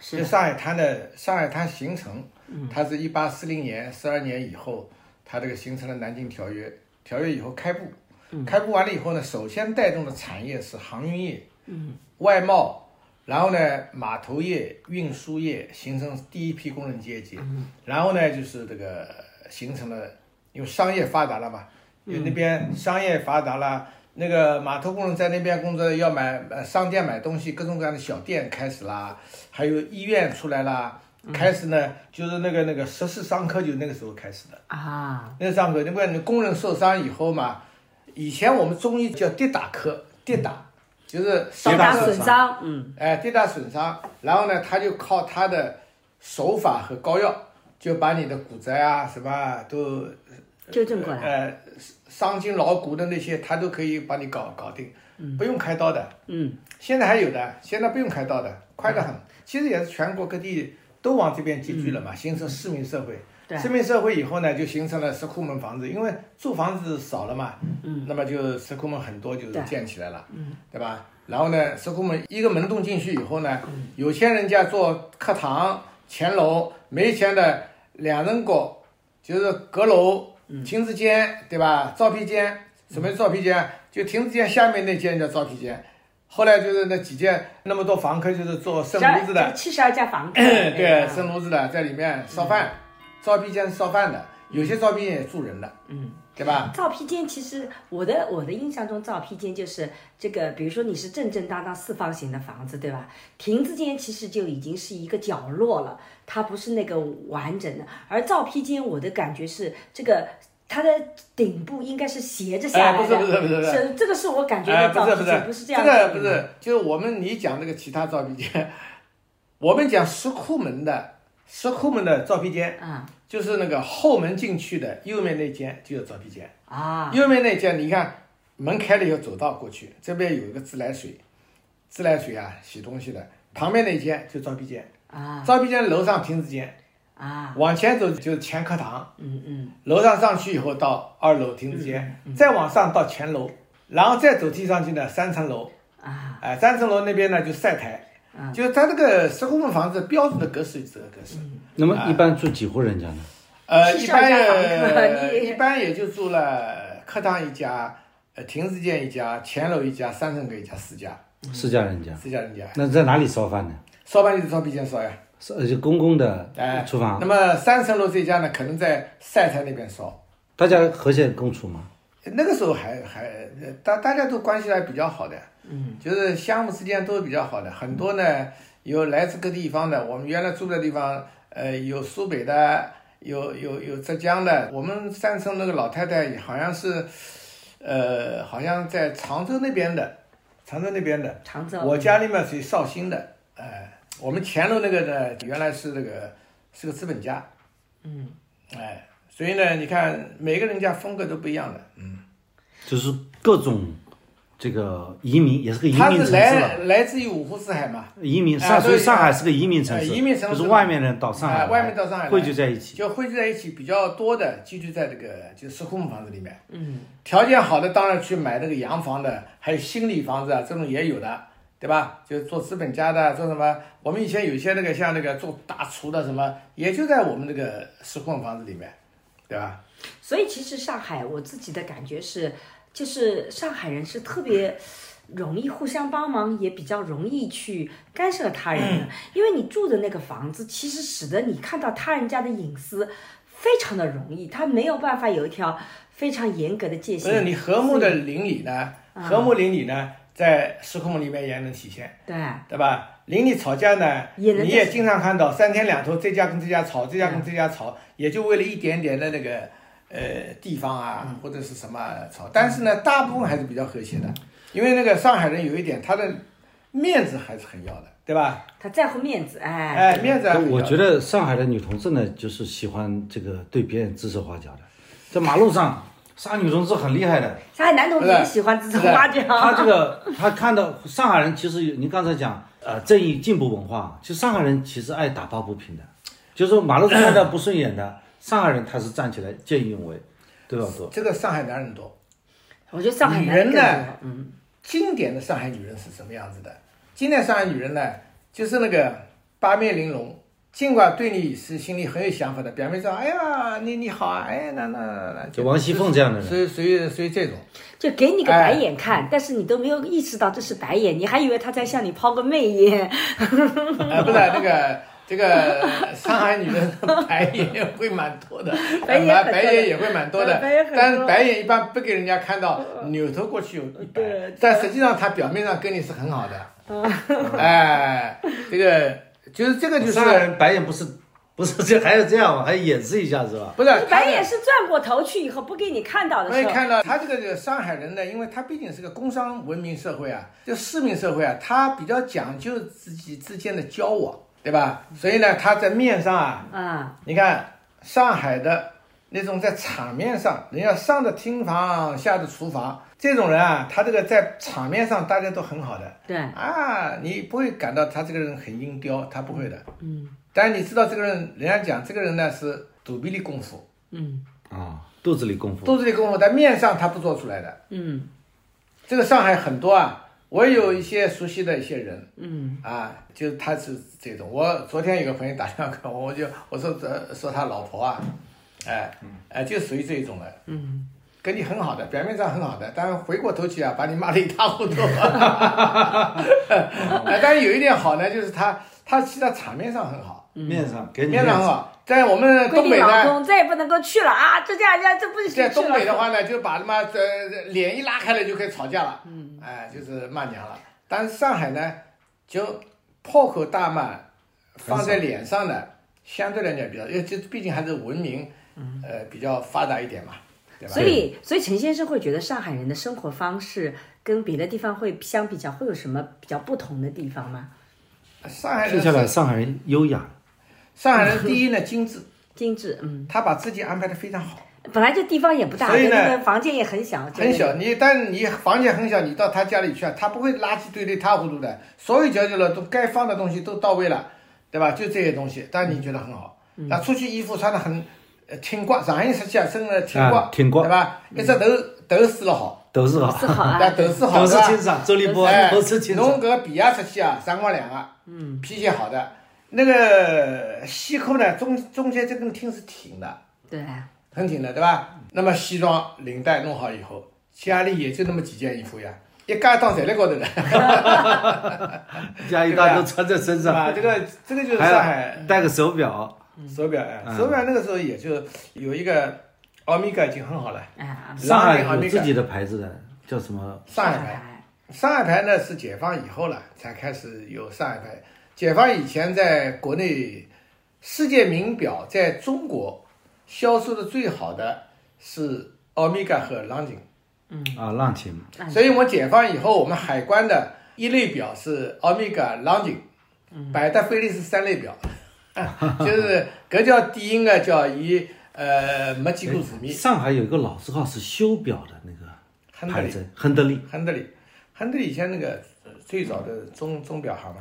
B: 就是上海滩的嗯上海滩形成，它是一八四零年、四二年以后，它这个形成了南京条约，条约以后开埠，嗯开埠完了以后呢，首先带动的产业是航运业，外贸，然后呢，码头业、运输业形成第一批工人阶级，然后呢，就是这个形成了，因为商业发达了嘛，因为那边商业发达了，那个码头工人在那边工作要买呃商店买东西，各种各样的小店开始啦，还有医院出来啦，开始呢就是那个那个十四商科就那个时候开始的。
D: 啊，
B: 那上课，那么你工人受伤以后嘛，以前我们中医叫跌打科，跌打就是伤
D: 跌打
B: 了
D: 损，伤，嗯，
B: 哎，跌打损伤，然后呢，他就靠他的手法和膏药，就把你的骨折啊什么啊都
D: 纠正过来，
B: 呃伤筋劳骨的那些，他都可以把你搞搞定，不用开刀的。
D: 嗯，
B: 现在还有的，现在不用开刀的，快得很。其实也是全国各地都往这边集聚了
D: 嗯
B: 嘛，形成市民社会。
D: 对
B: 市民社会以后呢，就形成了石库门房子，因为住房子少了嘛，嗯，那么就石库门很多就
D: 对
B: 建起来了，嗯，对吧？然后呢，石库门一个门洞进去以后呢，有钱人家做课堂、前楼，没钱的两人阁，就是阁楼、亭子间，对吧？照片间，什么叫照片间？就亭子间下面那间叫照片间。后来就是那几间那么多房客，就是做
D: 十
B: 生
D: 二
B: 炉子的，
D: 七十二家房客， 啊
B: 对，啊
D: 生
B: 生炉子的，在里面烧饭，照片间是烧饭的，有些照片也住人的，嗯，对吧？
D: 照披肩，其实我的我的印象中，照披肩就是这个，比如说你是正正当当四方形的房子，对吧？亭子间其实就已经是一个角落了，它不是那个完整的。而照披肩，我的感觉是这个。它的顶部应该是斜着下来的，
B: 哎不是不是不是不是
D: 这个是我感觉
B: 哎，
D: 的
B: 不
D: 照
B: 是
D: 披
B: 不
D: 肩，
B: 是，
D: 不是这样
B: 个
D: 的嗯
B: 不是，就是我们你讲这个其他照片间，我们讲石库门的石库门的照片间，
D: 啊
B: 就是那个后门进去的右面那间就有照片间，
D: 啊，
B: 右面那间你看门开了以后走道过去，这边有一个自来水，自来水啊洗东西的，旁边那间就照片间，
D: 啊
B: 照片间楼上亭子间，
D: 啊，
B: 往前走就是前课堂。
D: 嗯嗯，
B: 楼上上去以后到二楼亭子间，再往上到前楼，然后再走梯上去呢三层楼，
D: 啊
B: 哎、三层楼那边呢就晒台，
D: 嗯
B: 就是它这个十户门房子标准的格式就是这个格式，
C: 那么
B: 哎
C: 一般住几户人家呢？
B: 呃，
D: 七
B: 一
D: 上
B: 般
D: 加房客
B: 呃
D: 你
B: 一般也就住了课堂一家，呃亭子间一家，前楼一家，三层隔一家，四家，
C: 四家人
D: 嗯
C: 家。
B: 四家人家，
C: 那在哪里烧饭呢？
B: 烧饭就是烧皮间烧呀，
C: 是呃就公共的
B: 哎、
C: 厨房
D: 啊
B: 那，么三层楼这家呢，可能在晒台那边烧。
C: 大家和谐共处吗？
B: 那个时候还还呃大大家都关系还比较好的，嗯，就是相互之间都比较好的，很多呢有来自各地方的，我们原来住的地方，呃，有苏北的，有有有浙江的，我们三层那个老太太好像是，呃，好像在常州那边的，常州那边的，
D: 长洲，
B: 我家里面属于绍兴的，哎、我们前楼那个呢，原来是那个是个资本家，嗯，哎、所以呢，你看每个人家风格都不一样的。
C: 就是各种这个移民，也是个移
B: 他
C: 民城
B: 是
C: 市
B: 来
C: 了。
B: 来自于五湖四海嘛，
C: 移民
B: 哎
C: 上，所以
B: 对
C: 上海是个移民城市，
B: 哎移民城市
C: 就是外面人到上海
B: 哎
C: 来，
B: 外面到上海来
C: 汇聚在一起。
B: 就汇聚在一起比较多的，聚居在这个就是石库门房子里面。嗯，条件好的当然去买那个洋房的，还有新理房子啊，这种也有的，对吧？就是做资本家的，做什么？我们以前有些那个像那个做大厨的什么，也就在我们这个石库门房子里面，对吧？
D: 所以其实上海，我自己的感觉是，就是上海人是特别容易互相帮忙，也比较容易去干涉他人
B: 嗯
D: 的，因为你住的那个房子，其实使得你看到他人家的隐私非常的容易，他没有办法有一条非常严格的界
B: 不是
D: 限。
B: 你和睦的邻里呢，和睦邻里呢，在石库门里面也能体现。
D: 对，
B: 对吧？邻里吵架呢，
D: 也能
B: 你
D: 在
B: 也经常看到三天两头这家跟这家吵，这家跟这家
D: 嗯
B: 吵，也就为了一点点的那个呃地方
D: 嗯
B: 啊或者是什么啊吵。但是呢，大部分还是比较和谐的，因为那个上海人有一点他的面子还是很要的，对吧？
D: 他在乎面子，哎，
B: 哎，面子还是很要的
C: 我觉得上海的女同志呢，就是喜欢这个对别人指手画脚的，在马路上杀女同志很厉害
B: 哎
C: 的。
D: 上海男同志也喜欢指手画脚，
C: 他这个他看到上海人，其实有你刚才讲呃正义进步文化，就上海人其实爱打抱不平的，就是说马路上看到不顺眼的，上海人他是站起来见义勇为，对吧？多。
B: 这个上海男人多，
D: 我觉得上海男
B: 女人呢
D: 更多嗯，
B: 经典的上海女人是什么样子的？经典上海女人呢，就是那个八面玲珑，尽管对你是心里很有想法的，表面上哎呀你你好啊，哎那那那那，
C: 就王熙凤这样的人
B: 属于属于属于这种，
D: 就给你个白
B: 哎
D: 眼看，但是你都没有意识到这是白眼，你还以为他在向你抛个媚眼。
B: 啊不是那个。这个上海女人的白眼会蛮多的，
D: 白眼
B: 啊
D: 很多的
B: 白眼也会蛮多的
D: 嗯 白眼很，多嗯
B: 但是白眼一般不给人家看到，扭头过去有一百
D: 对，嗯
B: 但实际上他表面上跟你是很好的，哎，这个就是这个就是
C: 上海人白眼不是不是这还要这样吗？还演示一下是吧？
B: 不是
D: 白眼是转过头去以后不给你看到的
B: 所以
D: 时候，
B: 看到他这个上海人呢，因为他毕竟是个工商文明社会啊，就市民社会啊，他比较讲究自己之间的交往，对吧？所以呢，他在面上啊，
D: 啊，
B: 你看上海的那种在场面上，人家上的厅房，下的厨房，这种人啊，他这个在场面上大家都很好的
D: 对，
B: 啊，你不会感到他这个人很阴刁，他不会的。嗯。但你知道这个人，人家讲这个人呢是肚皮里功夫，
D: 嗯
C: 啊，肚子里功夫。
B: 肚子里功夫，但面上他不做出来的。
D: 嗯
B: 这个上海很多啊，我也有一些熟悉的一些人
D: 嗯，
B: 啊，就是他是这种。我昨天有个朋友打电话给我，我就我说这说他老婆啊，哎哎，就属于这一种的，嗯，跟你很好的，表面上很好的，但是回过头去啊，把你骂得一塌糊涂。哎，但是有一点好呢，就是他他其实他场面上很好，
C: 嗯面上给你
B: 面上很好，在我们
D: 规
B: 东北
D: 定
B: 呢
D: 老。公再也不能够去了啊，这这样这样这不行，
B: 在东北
D: 去了
B: 的话呢，就把他妈这脸一拉开了就可以吵架了，嗯，哎，就是骂娘了。但是上海呢，就破口大骂放在脸上的，相对来讲比较，因为这毕竟还是文明，呃，比较发达一点嘛，对
D: 嗯
B: 吧
D: 所？以，所以陈先生会觉得上海人的生活方式跟别的地方会相比较，会有什么比较不同的地方吗？
B: 上海
C: 听下来，
B: 人，
C: 上海人优雅，啊
B: 上海人第一呢精致，
D: 精致，嗯，
B: 他把自己安排的非常好，
D: 本来这地方也不大，
B: 所以呢
D: 那啊个房间也很小，
B: 很
D: 就
B: 小。你但是你房间很小，你到他家里去啊，他不会垃圾堆得一塌糊涂的，所有角角落都该放的东西都到位了，对吧？就这些东西，但你觉得很好。
D: 嗯
B: 那出去衣服穿的很呃挺挂，上海人实际上身上挺挂
C: 啊，挺挂
B: 对吧？一只头头梳了好，
C: 都是
D: 是
C: 好，
D: 好 啊，
B: 但头梳好
C: 都是
B: 是吧？
C: 清爽，周立波
B: 哎，
C: 都是清
B: 侬
C: 爽。
B: 搿个皮鞋出去啊，三光两个，嗯，皮鞋好的，那个西裤呢，中中间这根钉是挺的，
D: 对，哎
B: 很挺的，对吧？那么西装领带弄好以后，家里也就那么几件衣服呀，一家当在那高头的，
C: 家一大都穿在身
B: 是吧？
C: 上，
B: 这个这个就是
C: 啊还
B: 上海
C: 有戴嗯个手表，
B: 手表，哎，手表那个时候也就有一个奥米伽已经很好了，
D: 啊，
C: 上海
B: 奥米
C: 有
B: 伽
C: 自，己的牌子的，叫什么？
B: 上海牌，上海牌呢是解放以后了才开始有上海牌，解放以前在国内世界名表在中国销售的最好的是奥米伽和朗景。
C: 啊，浪琴。
D: 哎
B: 所以我们解放以后，我们海关的一类表是欧米伽、朗景，
C: 嗯
B: 百达翡丽是三类表， 就是搿叫第一个叫伊呃没几股字面，
C: 上海有一个老字号是修表的那
B: 亨
C: 个
B: 德
C: 牌
B: 利，
C: 子，亨德利，
B: 亨德利，亨德利以前那个呃最早的钟钟表行嘛，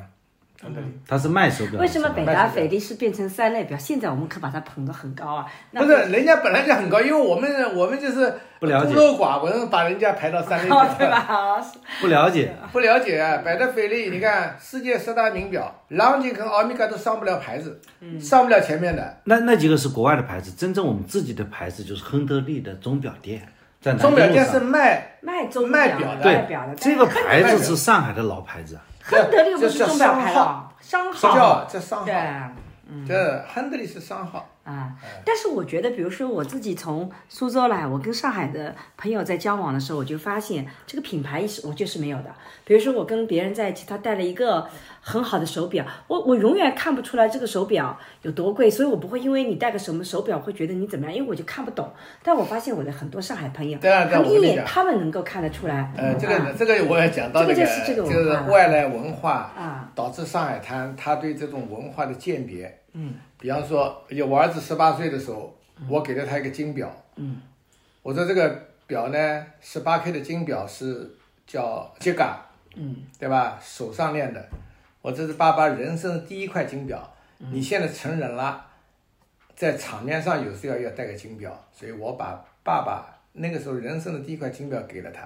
B: 亨德利。
C: 它是卖手表的。
D: 为什么
C: 是吧
D: 北达翡丽是变成三类表？现在我们可把它捧得很高啊，那
B: 不是，人家本来就很高，因为我们我们就是
C: 不了解
B: 孤陋寡闻，把人家排到三类表，
D: 对 吧？
C: 不了解？
B: 不了解啊，百达翡丽，你看世界十大名表，朗景跟欧米伽都上不了牌子，
C: 嗯
B: 上不了前面的。
C: 那那几个是国外的牌子，真正我们自己的牌子就是亨德利的钟表店，在南
B: 钟
C: 京
B: 表
C: 路
B: 店
C: 上
B: 是卖，
D: 卖钟
B: 卖表的
D: 卖表的
C: 对，这个牌
B: 卖表
C: 子是上海的老牌子啊，
D: 亨德利不是
B: 这
D: 钟表牌
B: 商号，
D: 了，商
B: 这
D: 号
B: 叫，这商
D: 对。
B: 号，嗯这亨德利是商号。
D: 啊，但是我觉得，比如说我自己从苏州来，我跟上海的朋友在交往的时候，我就发现这个品牌意识我就是没有的。比如说我跟别人在一起，他戴了一个很好的手表，我 我永远看不出来这个手表有多贵，所以我不会因为你戴个什么手表会觉得你怎么样，因为我就看不懂。但我发现我的很多上海朋友，
B: 对啊对
D: 他
B: 啊
D: 们
B: 我
D: 一
B: 跟你
D: 眼
B: 讲
D: 他们能够看得出来。
B: 呃，这个
D: 啊
B: 这个我也讲到
D: 这个
B: 个
D: 就是这个文化
B: 就是外来文化
D: 啊
B: 导致上海滩他对这种文化的鉴别。嗯，比方说，有我儿子十八岁的时候，我给了他一个金表。嗯，我说这个表呢，十八 K 的金表是叫 Giga。嗯，对吧？手上链的，我这是爸爸人生第一块金表。你现在成人了，在场面上有时候要要戴个金表，所以我把爸爸那个时候人生的第一块金表给了他。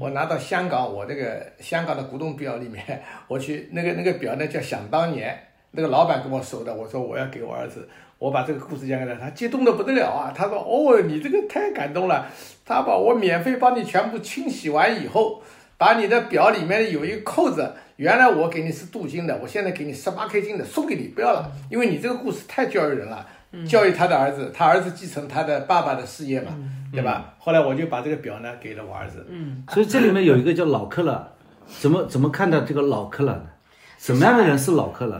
B: 我拿到 香港，我那个香港的古董表里面，我去那个那个表呢叫想当年，那个老板跟我熟的，我说我要给我儿子，我把这个故事讲给他，他激动的不得了啊！他说：“哦，你这个太感动了，他把我免费帮你全部清洗完以后，把你的表里面有一个扣子，原来我给你是镀金的，我现在给你十八 K 金的，送给你不要了，因为你这个故事太教育人了。”教育他的儿子，他儿子继承他的爸爸的事业嘛，对吧？后来我就把这个表呢给了我儿子，
D: 嗯
C: 所以这里面有一个叫老克勒，怎么怎么看待这个老克勒呢？什么样的人是老克勒？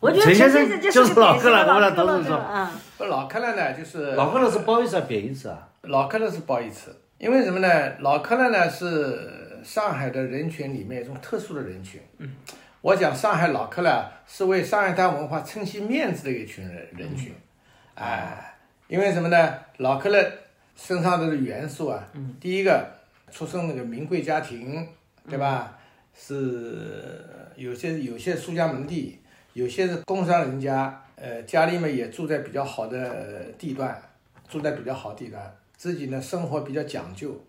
D: 我觉得
C: 陈
D: 陈
C: 先
D: 先
C: 生
D: 这
C: 就是是
D: 个
C: 老
D: 典
C: 克
D: 型的
C: 了我
D: 老
C: 俩
D: 克
C: 都
D: 勒
C: 是
D: 克
C: 说
D: 勒啊，
B: 老克勒呢，就是
C: 老克勒是褒义词啊，贬义词啊？
B: 老克勒是褒义词，因为什么呢？老克勒呢是上海的人群里面一种特殊的人群。嗯，我讲上海老克勒是为上海滩文化撑起面子的一群人人群，哎，因为什么呢？老克勒身上的元素啊，第一个出生那个名贵家庭，对吧？是有些有些苏家门第，有些是工商人家，呃，家里面也住在比较好的呃地段，住在比较好地段，自己呢生活比较讲究，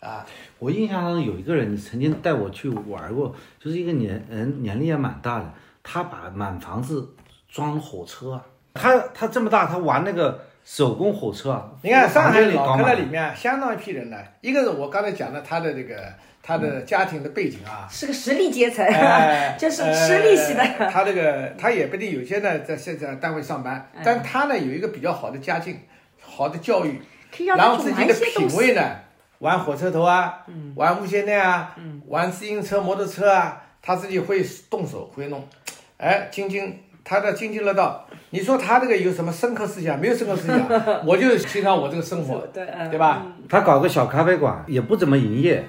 B: 啊，
C: 我印象当中有一个人，你曾经带我去玩过，就是一个年人年龄也蛮大的，他把满房子装火车啊，他他这么大，他玩那个手工火车啊。
B: 你看上海
C: 房间
B: 老
C: 搞
B: 克勒
C: 满
B: 里面相当一批人呢，一个是我刚才讲的他的这个他的家庭的背景啊，
D: 是个实力阶层
B: 哎，
D: 就是吃力气的。
B: 呃他这个他也不一定有些呢在现在单位上班，
D: 嗯
B: 但他呢有一个比较好的家境，好的教育，
D: 可以让
B: 然
D: 他
B: 后
D: 去
B: 自
D: 玩
B: 己
D: 一
B: 的
D: 些东
B: 品
D: 西。嗯
B: 味呢，玩火车头啊，玩无线电啊，玩自行车、摩托车啊，他自己会动手会弄，哎，津津。他的津津乐道，你说他这个有什么深刻思想？没有深刻思 想，我就欣赏我这个生活，
D: 对嗯
B: 对吧？
C: 他搞个小咖啡馆，也不怎么营业，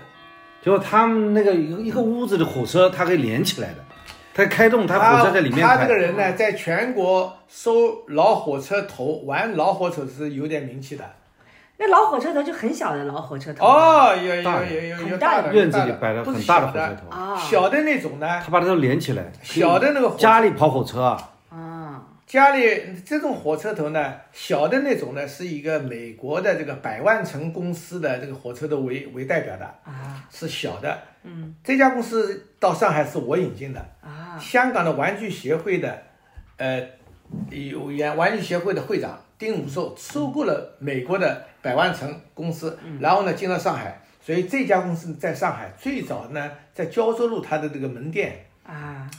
C: 结果他们那个一个一个屋子的火车，它给连起来的，他开动，他火车在里面
B: 他
C: 开。
B: 这个人呢，
D: 嗯
B: 在全国收老火车头、玩老火车是有点名气的。
D: 那老火车头就很小的老火车头，
B: 哦，有有
C: 大
B: 有有有
D: 很
B: 有
D: 大
B: 的
C: 院子里摆了
B: 不是
C: 很大的
B: 小
C: 火车头，
D: 啊
B: 小的那种呢，
C: 他把它都连起来。
B: 小的那个火
C: 家里跑火车啊，
D: 啊，
B: 家里这种火车头呢，小的那种呢，是一个美国的这个百万城公司的这个火车头为为代表的啊，是小的。嗯，这家公司到上海是我引进的啊，香港的玩具协会的，呃，有玩玩具协会的会长丁武寿收购了美国的百万城公司，然后呢进了上海，所以这家公司在上海最早呢在胶州路它的这个门店。
D: 啊，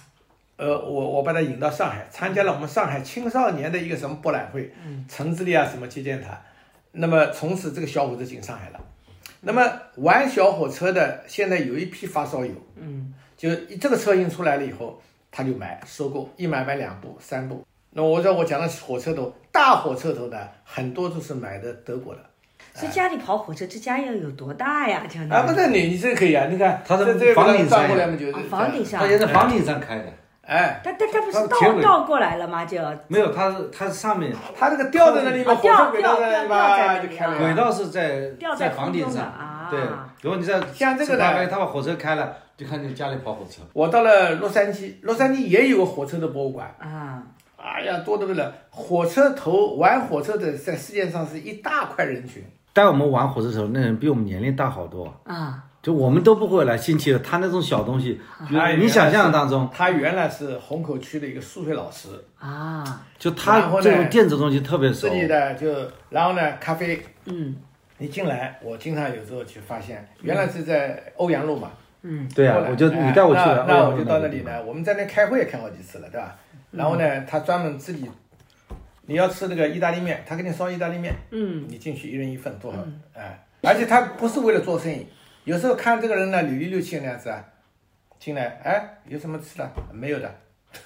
B: 呃，我我把他引到上海，参加了我们上海青少年的一个什么博览会，
D: 嗯
B: 陈志立啊什么接见他，那么从此这个小伙子进上海了。那么玩小火车的，现在有一批发烧友，嗯，就一这个车型出来了以后，他就买收购，一买买两部三部。那我说我讲的火车头，大火车头呢，很多都是买的德国的，
D: 所以家里跑火车，这家要有多大呀？这样
B: 啊，不是你你这可以啊，你看
C: 他
B: 这
C: 是
B: 这
C: 房顶
B: 转
C: 上
B: 过来
C: 呀
B: 嘛，就是
D: 啊房顶上
C: 他也在房顶上开的，
B: 哎，
D: 但但它不是
C: 它铁
D: 倒
C: 轨
D: 倒过来了吗？就
C: 没有，它是它上面
B: 他这个吊在那里嘛，
D: 啊
B: 火
D: 吊
B: 车轨道
D: 吊
B: 在那里
D: 吊吊在
B: 吧，
D: 那
B: 就
D: 里
B: 开
D: 啊
B: 了
C: 轨。道是在
D: 吊在
C: 在房顶
D: 空中的
C: 上
D: 啊
C: 对，如果你在
B: 像这个呢
C: 大概他把火车开了，就看见家里跑火车。
B: 我到了洛杉矶，洛杉矶也有个火车的博物馆。
D: 啊，
B: 哎呀，多得不了！火车头玩火车的在世界上是一大块人群。
C: 带我们玩火车的时候，那人比我们年龄大好多，
D: 啊，
C: 就我们都不会来新奇的。他那种小东西，就
B: 哎
C: 你想象当中，
B: 他原来是虹口区的一个数学老师，
D: 啊，
C: 就
B: 然
C: 他
B: 后呢
C: 这种电子东西特别熟
B: 自。己的就，然后呢，咖啡，
D: 嗯，
B: 你进来，我经常有时候去发现，原来是在欧阳路嘛，
D: 嗯
C: 对啊
B: 后，来
C: 我就
B: 哎
C: 你带我去了，哎
B: 那那
C: 呀
B: 我就到那里
C: 个地
B: 呢。我们在那开会也开好几次了，对吧？然后呢，他专门自己，你要吃那个意大利面，他给你烧意大利面，嗯，你进去一人一份多好，哎，而且他不是为了做生意，有时候看这个人呢扭里扭气的那样子啊，进来，哎，有什么吃的？没有的，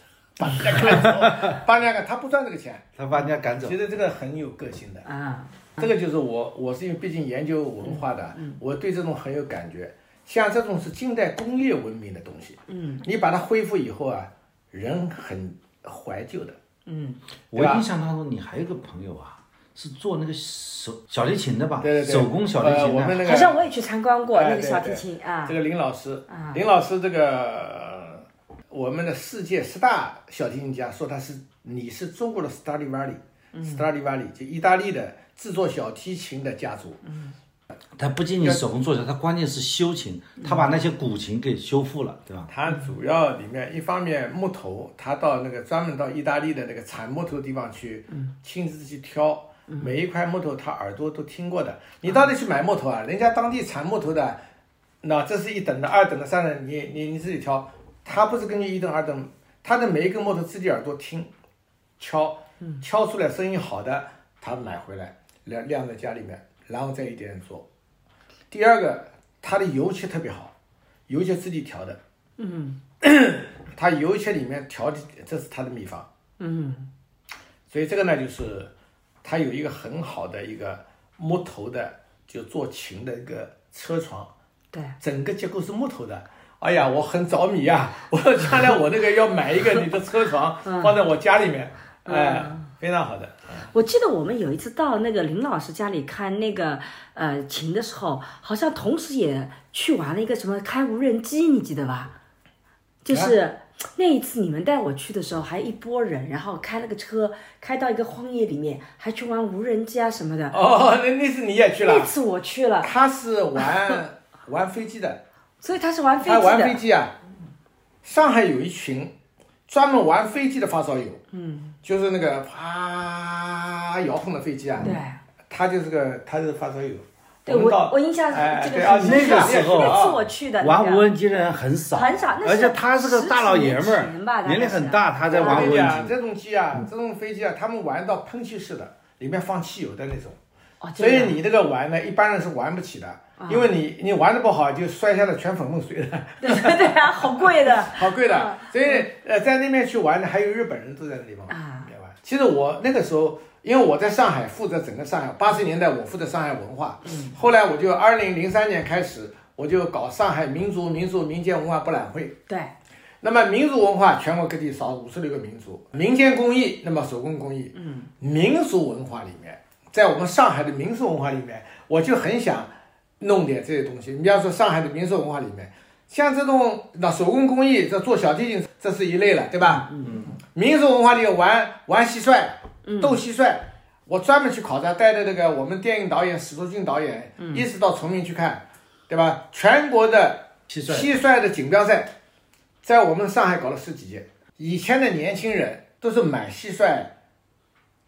B: 把人家赶走，把人家赶，他不赚这个钱，
C: 方，他把人家赶走
B: 其。实这个很有个性的。
D: 啊，
B: 这个就是我，我是因为毕竟研究文化的，我对这种很有感觉。像这种是近代工业文明的东西，嗯，你把它恢复以后啊，人很怀旧的。
C: 我印象当中，你还有个朋友啊，是做那个手小提琴的吧？
B: 对对对
C: 手工小提琴
B: 呃我们
C: 的。
B: 那个
D: 好像我也去参观过
B: 哎
D: 那个
B: 对
D: 小提
B: 对
D: 琴啊
B: 这，个林老师，林老师这个呃我们的世界十大小提琴家说他是你是中国的 Stradivari，Stradivari、就意大利的制作小提琴的家族。
C: 他不仅仅手工做出来，他关键是修琴，他把那些古琴给修复了，对吧？
B: 它主要里面一方面木头，它到那个专门到意大利的那个产木头的地方去，
C: 嗯
B: 亲自去挑，每一块木头他耳朵都听过的。你到那去买木头啊，人家当地产木头的，那这是一等的、二等的、三等的，你你你自己挑，他不是根据一等、二等，他的每一根木头自己耳朵听，敲，
C: 嗯
B: 敲出来声音好的，他买回来晾晾在家里面，然后再一点点做。第二个，它的油漆特别好，油漆自己调的。嗯，它油漆里面调的，这是它的秘方。嗯，所以这个呢，就是它有一个很好的一个木头的，就做琴的一个车床，
D: 对，
B: 整个结构是木头的。哎呀，我很着迷啊！ 我将来我那个要买一个你的车床，放在我家里面，哎，非常好的。
D: 我记得我们有一次到那个林老师家里看那个呃琴的时候，好像同时也去玩了一个什么开无人机，你记得吧？
C: 啊
D: 就是那一次你们带我去的时候，还一拨人，然后开了个车开到一个荒野里面，还去玩无人机啊什么的。
B: 哦，那那次你也去
D: 那
B: 了？
D: 次我去了，
B: 他是玩玩飞机的。
D: 所以他是玩飞
B: 他
D: 机
B: 玩
D: 的，
B: 飞机啊，上海有一群专门玩飞机的发烧友，嗯，就是那个啪摇晃的飞机啊，
D: 对，
B: 他就是个他是发烧友。
D: 对
B: 们
D: 我
B: 到
D: 我印象
B: 哎
D: 这个
B: 对啊
D: 很
B: 你
D: 深刻
C: 那个时候
D: 那
B: 啊
D: 次我去的那
C: 玩
D: 个
C: 无人机的人很少，
D: 很少那是
C: 而且他是个大老爷们
D: 十几年前吧大概是啊
C: 儿，年龄很大，他在玩
B: 我
C: 无
B: 跟你讲，
C: 人机。
B: 这种机啊，这种飞机啊，他们玩到喷气式的，里面放汽油的那种，
D: 哦，
B: 所以
D: 真的
B: 你这个玩呢，一般人是玩不起的，
D: 啊
B: 因为你你玩的不好就摔下来全粉 末水了，
D: 对对啊，好贵的
B: 好贵
D: 啊
B: 的。所以呃，在那边去玩的还有日本人都在那地方 玩。
D: 啊，
B: 明白吧？其实我那个时候，因为我在上海负责整个上海，八十年代我负责上海文化，后来我就二零零三年开始，我就搞上海民族民族民间文化博览会。
D: 对，
B: 那么民族文化全国各地少五十六个民族，民间工艺，那么手工工艺，嗯，民俗文化里面，在我们上海的民俗文化里面，我就很想弄点这些东西。你比方说上海的民俗文化里面，像这种那手工工艺，这做小提琴这是一类了，对吧？嗯，民俗文化里玩玩蟋蟀，斗蟋蟀。我专门去考察，带着那个我们电影导演史书俊导演，一直到崇明去看，对吧？全国的
C: 蟋蟀
B: 蟋蟀的锦标赛，在我们上海搞了十几届。以前的年轻人都是买蟋蟀、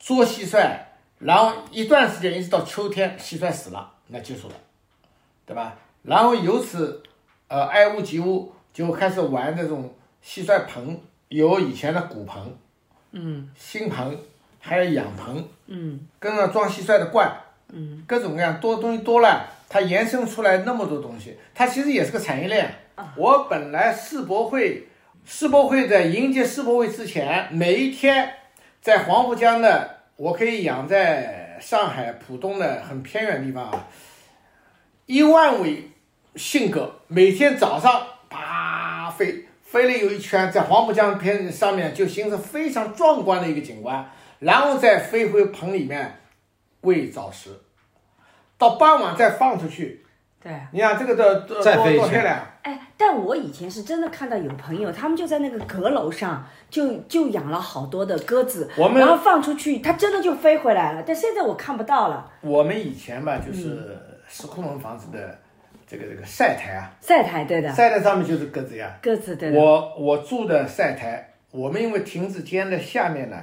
B: 捉蟋蟀，然后一段时间一直到秋天，蟋蟀死了，那结束了，对吧？然后由此，呃，爱屋及乌，就开始玩这种蟋蟀棚，有以前的古棚，嗯，新棚，还有养棚，嗯，跟上装蟋蟀的罐，嗯，各种各样多东西多了，它延伸出来那么多东西，它其实也是个产业链。我本来世博会，世博会在迎接世博会之前，每一天在黄浦江的，我可以养在上海浦东的很偏远的地方啊，一万尾信鸽，每天早上啪飞，飞了有一圈，在黄浦江边上面就形成非常壮观的一个景观，然后再飞回棚里面喂藻食，到傍晚再放出去。
D: 对。
B: 你想这个的多
C: 再飞
B: 多
C: 一
B: 多
C: 圈
B: 漂亮！
D: 哎，但我以前是真的看到有朋友，他们就在那个阁楼上就就养了好多的鸽子，
B: 我们
D: 然后放出去，它真的就飞回来了。但现在我看不到了，
B: 我们以前吧，
D: 嗯
B: 就是石库门房子的这个这个晒台啊，
D: 晒台对的，
B: 晒台上面就是鸽子呀。
D: 鸽子对的，
B: 我我住的晒台，我们因为亭子间的下面呢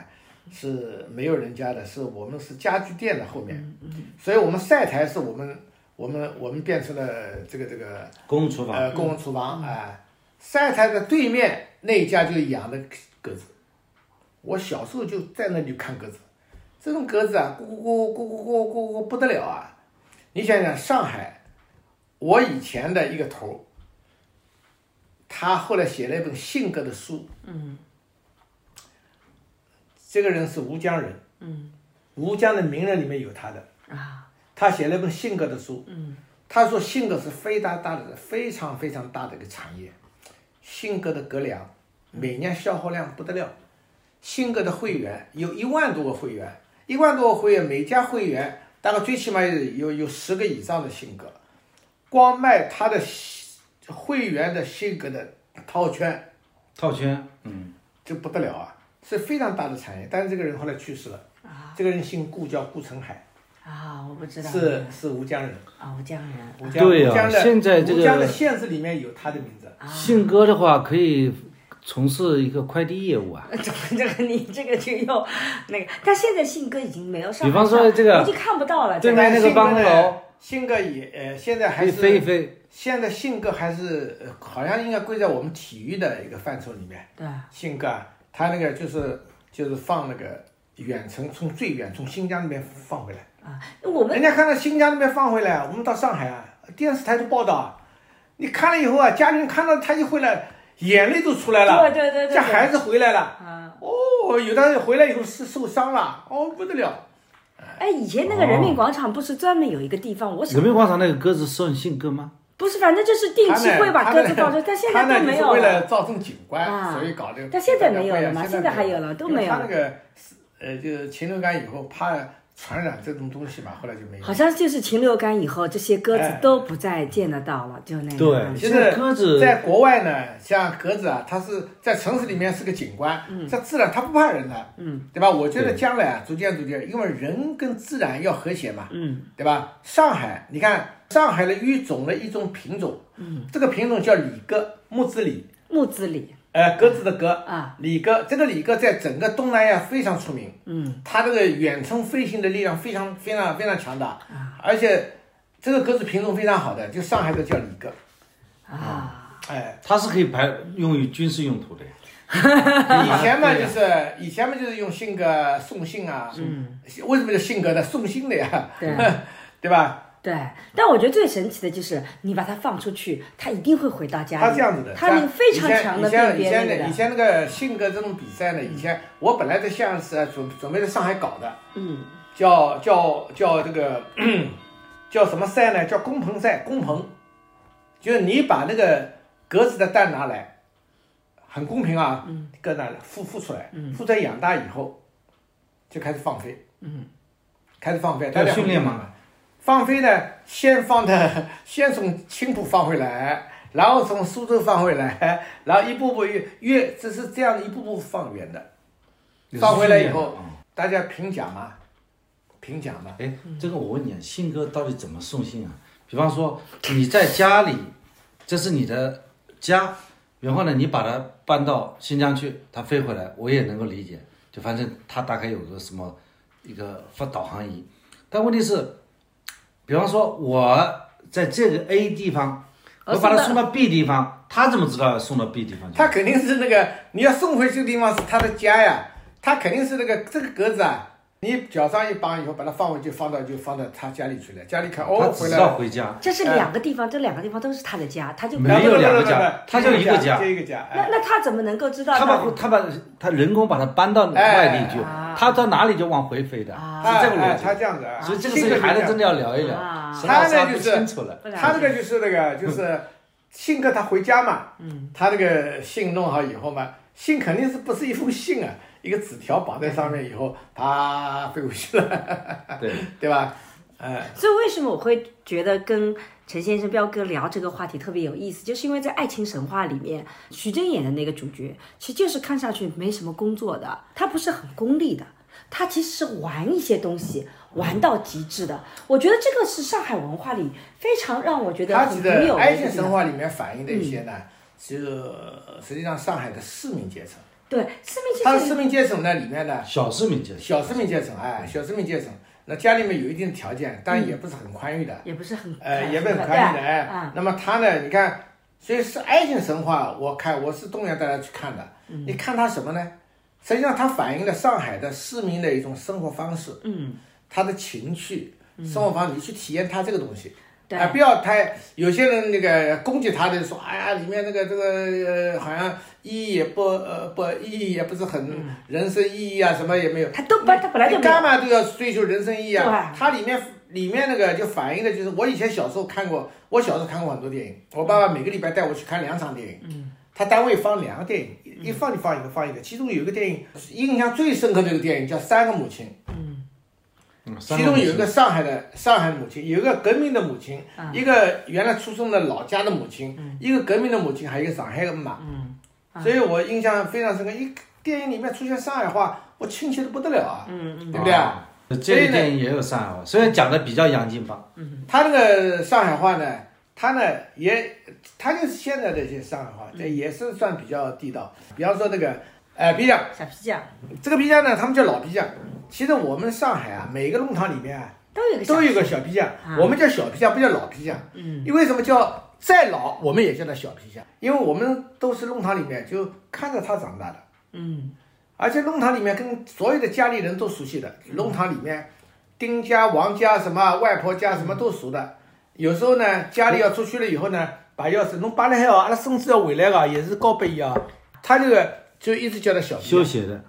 B: 是没有人家的，是我们是家具店的后面，
D: 嗯
B: 所以我们晒台是我们我们我们变成了这个这个
C: 公厨房
B: 呃公共厨房啊、晒台的对面那一家就养的鸽子，我小时候就在那里看鸽子，这种鸽子啊，咕咕咕咕咕咕咕咕不得了啊！你想想上海，我以前的一个头儿，他后来写了一本性格的书，嗯，这个人是吴江人，嗯，吴江的名人里面有他的啊，他写了一本性格的书，嗯，他说性格是非常大的、非常非常大的一个产业，性格的格粮每年消耗量不得了，性格的会员有一万多个会员，一万多个会员，每家会员大概最起码有有有十个以上的性格，光卖他的会员的性格的套圈，
C: 套圈，嗯，
B: 这不得了啊，是非常大的产业。但是这个人后来去世了，这个人姓顾，叫顾成海，
D: 啊，我不啊知道
B: 是是吴江人，
D: 啊，吴江 人，
B: 吴江
C: 对啊
B: 吴江的
C: 现在这个
B: 吴江的县市里面有他的名字，
D: 啊
C: 信哥的话可以从事一个快递业务啊，
D: 这个你这个就又那个，但现在信哥已经没有上海
C: 比方说
D: 上
C: 这个
D: 已经看不到了，
C: 对
D: 这
C: 面
D: 个
C: 那个办公楼
B: 信哥也呃现在
C: 可
B: 还
C: 以
B: 是
C: 飞一飞。
B: 现在信哥还是呃好像应该归在我们体育的一个范畴里面。
D: 对
B: 信哥啊，他那个就是就是放那个远程，从最远从新疆那边放回来。
D: 啊，我们
B: 人家看到新疆那边放回来，我们到上海啊，电视台就报道啊，你看了以后啊，家里人看到他一回来，眼泪都出来了。
D: 对对对对
B: 这孩子回来了，
D: 啊，
B: 哦，有的回来以后是受伤了，哦不得了。
D: 哎，以前那个人民广场不是专门有一个地方，我
C: 人
D: 想
C: 民广场那个鸽子送信鸽吗？
D: 不是，反正就是定
B: 他
D: 期
B: 呢，
D: 会把
B: 他
D: 鸽
B: 呢
D: 子放出，但现
B: 他
D: 在都
B: 呢就
D: 没
B: 是
D: 有
B: 为
D: 了
B: 了造成景观，
D: 啊
B: 所以搞这个。
D: 但现在没有了嘛
B: 现
D: 现在还有了都没有
B: 因为他那个呃，就是禽流感以后怕传染这种东西嘛，后来就没有
D: 好。像就是禽流感以后，这些鸽子
B: 哎
D: 都不再见得到了，就那样。
B: 其
C: 现
B: 实
C: 在鸽
D: 嗯
C: 子
B: 在国外呢，像鸽子啊，它是在城市里面是个景观，
D: 嗯
B: 在自然它不怕人的，嗯，对吧？我觉得将来啊，逐渐逐渐，因为人跟自然要和谐嘛，嗯，对吧？上海，你看上海的育种的一种品种，嗯，这个品种叫李鸽，木子李，
D: 木子李
B: 呃，鸽子的鸽
D: 啊，
B: 李鸽，这个李鸽在整个东南亚非常出名。嗯，它这个远程飞行的力量非常非常非常强大，
D: 啊
B: 而且这个鸽子品种非常好的，就上海的叫李鸽。
D: 啊，
B: 哎，
C: 它是可以排用于军事用途的呀。
B: 以前嘛就是以前嘛就是用信鸽送信啊，嗯，为什么叫信鸽呢？送信的呀，
D: 对
B: 对吧？
D: 对。但我觉得最神奇的就是你把它放出去，它一定会回到家里。
B: 它这样子的，
D: 它有
B: 像
D: 非常强的
B: 以前
D: 辨
B: 以
D: 别
B: 前
D: 力
B: 的以
D: 的。
B: 前那个信鸽这种比赛呢，以前我本来在像是准准备在上海搞的，
D: 嗯，
B: 叫叫叫这个叫什么赛呢？叫工棚赛，工棚，就是你把那个鸽子的蛋拿来，很公平啊，
D: 嗯
B: 鸽蛋孵孵出来，孵出来养大以后就开始放飞，
D: 嗯
B: 开始放飞，大家
C: 训练
B: 嘛
C: 嘛。
B: 放飞呢，先放的，先从青浦放回来，然后从苏州放回来，然后一步步越越，这是这样一步步放远的。放回来以后，大家评奖嘛，评奖嘛，
C: 哎，这个我问你，啊，信鸽到底怎么送信啊？比方说你在家里，这是你的家，然后呢，你把它搬到新疆去，它飞回来，我也能够理解。就反正它大概有个什么一个发导航仪，但问题是，比方说我在这个 A 地方，
D: 呃
C: 我把它
D: 送
C: 送到 B 地方，它怎么知道要送到 B 地方去？
B: 他肯定是那个你要送回去的地方是他的家呀，他肯定是那个这个格子啊，你脚上一绑以后，把它放回去，放到就放到他家里去了，家里看
C: 它
B: 哦
C: 只
B: 回
C: 知
B: 来
C: 道
B: 了，
C: 回家。
D: 这是两个地
B: 哎
D: 方，这两个地方都是它的家，它就
C: 没有两个家
B: 他
C: 它就一个家
B: 就一个家，哎
D: 那那它怎么能够知道它
C: 他把他把他人工把它搬到外地去
D: 哎，
C: 他到哪里就往回飞的，是这个
B: 哎
C: 逻
B: 哎他
C: 辑。
B: 这样子啊，
C: 所以这个
B: 性
C: 事
B: 格
C: 情孩
B: 就
C: 子
B: 这
C: 真的
B: 样
C: 要聊一聊
D: 啊，
C: 沈老师
B: 他
C: 还
B: 呢
C: 不
B: 就是
C: 清楚了。
D: 不了解
B: 他这个就是那个就是信鸽，他回家嘛，嗯，他那个信弄好以后嘛，信肯定是不是一封信啊，一个纸条绑在上面以后，啪飞回去了，
C: 对，
B: 对吧？呃，
D: 所以为什么我会觉得跟陈先生、彪哥聊这个话题特别有意思，就是因为在爱情神话里面，徐峥演的那个主角，其实就是看上去没什么工作的，他不是很功利的，他其实是玩一些东西。玩到极致的，我觉得这个是上海文化里非常让我觉得
B: 他
D: 很
B: 指
D: 很
B: 的
D: 有
B: 爱
D: 一
B: 情
D: 个地
B: 神
D: 方
B: 话里面反映的一些呢，是实际上上海的市民阶层，
D: 对，生命其
B: 他的
D: 实
B: 市民阶层呢里面呢，
C: 小市民阶级，
B: 小市民阶层，哎，小市民阶层，那家里面有一定的条件，但也不是很宽裕的，
D: 也不是很
B: 呃，
D: 快
B: 也被很
D: 对
B: 宽裕的哎。
D: 啊，
B: 那么他呢？你看，所以是爱情神话，我看我是动员大家去看的。
D: 嗯
B: 你看他什么呢？实际上，它反映了上海的市民的一种生活方式，
D: 嗯，
B: 他的情趣、生活方式，你去体验他这个东西。
D: 对
B: 啊，不要太有些人那个攻击他的说，哎呀，里面那个这个、呃、好像意义也不呃不意义也不是很、
D: 嗯
B: 人生意义啊，什么也没有。
D: 他都不，他本来就
B: 你
D: 没有
B: 干嘛都要追求人生意义啊
D: 对？
B: 它里面里面那个就反映的就是我以前小时候看过，我小时候看过很多电影，我爸爸每个礼拜带我去看两场电影。嗯。他单位放两个电影，
D: 嗯
B: 一一放就放一个，放一个。其中有一个电影印象最深刻的一个电影叫《三个母亲》，
C: 嗯
B: 其中有一个上海的上海母亲，有一个革命的母亲，
D: 嗯
B: 一个原来出生的老家的母亲，一个革命的母亲，还有一个上海的妈。
D: 嗯
B: 所以我印象非常深刻。一电影里面出现上海话，我亲切的不得了啊，对不对啊？
C: 这个电影也有上海话，虽然讲的比较洋泾浜，
B: 他那个上海话呢，他呢也，他就是现在的一些上海话，这也是算比较地道。比方说那个，哎、皮匠，
D: 小啊皮匠
B: 这个皮匠呢，他们叫老皮匠。其实我们上海啊，每个弄堂里面啊，
D: 都有个小
B: 都有个小皮匠，我们叫小皮匠，不叫老皮匠。嗯，因为什么叫再老，我们也叫他小皮匠，因为我们都是弄堂里面就看着他长大的。
D: 嗯
B: 而且弄堂里面跟所有的家里人都熟悉的，弄堂里面丁家、王家什么外婆家什么都熟的。有时候呢，家里要出去了以后呢，把钥匙侬摆了海哦，阿拉孙子要回来个，也是交杯啊。他这个就一直叫他小皮
C: 休
B: 匠。
C: 闲的，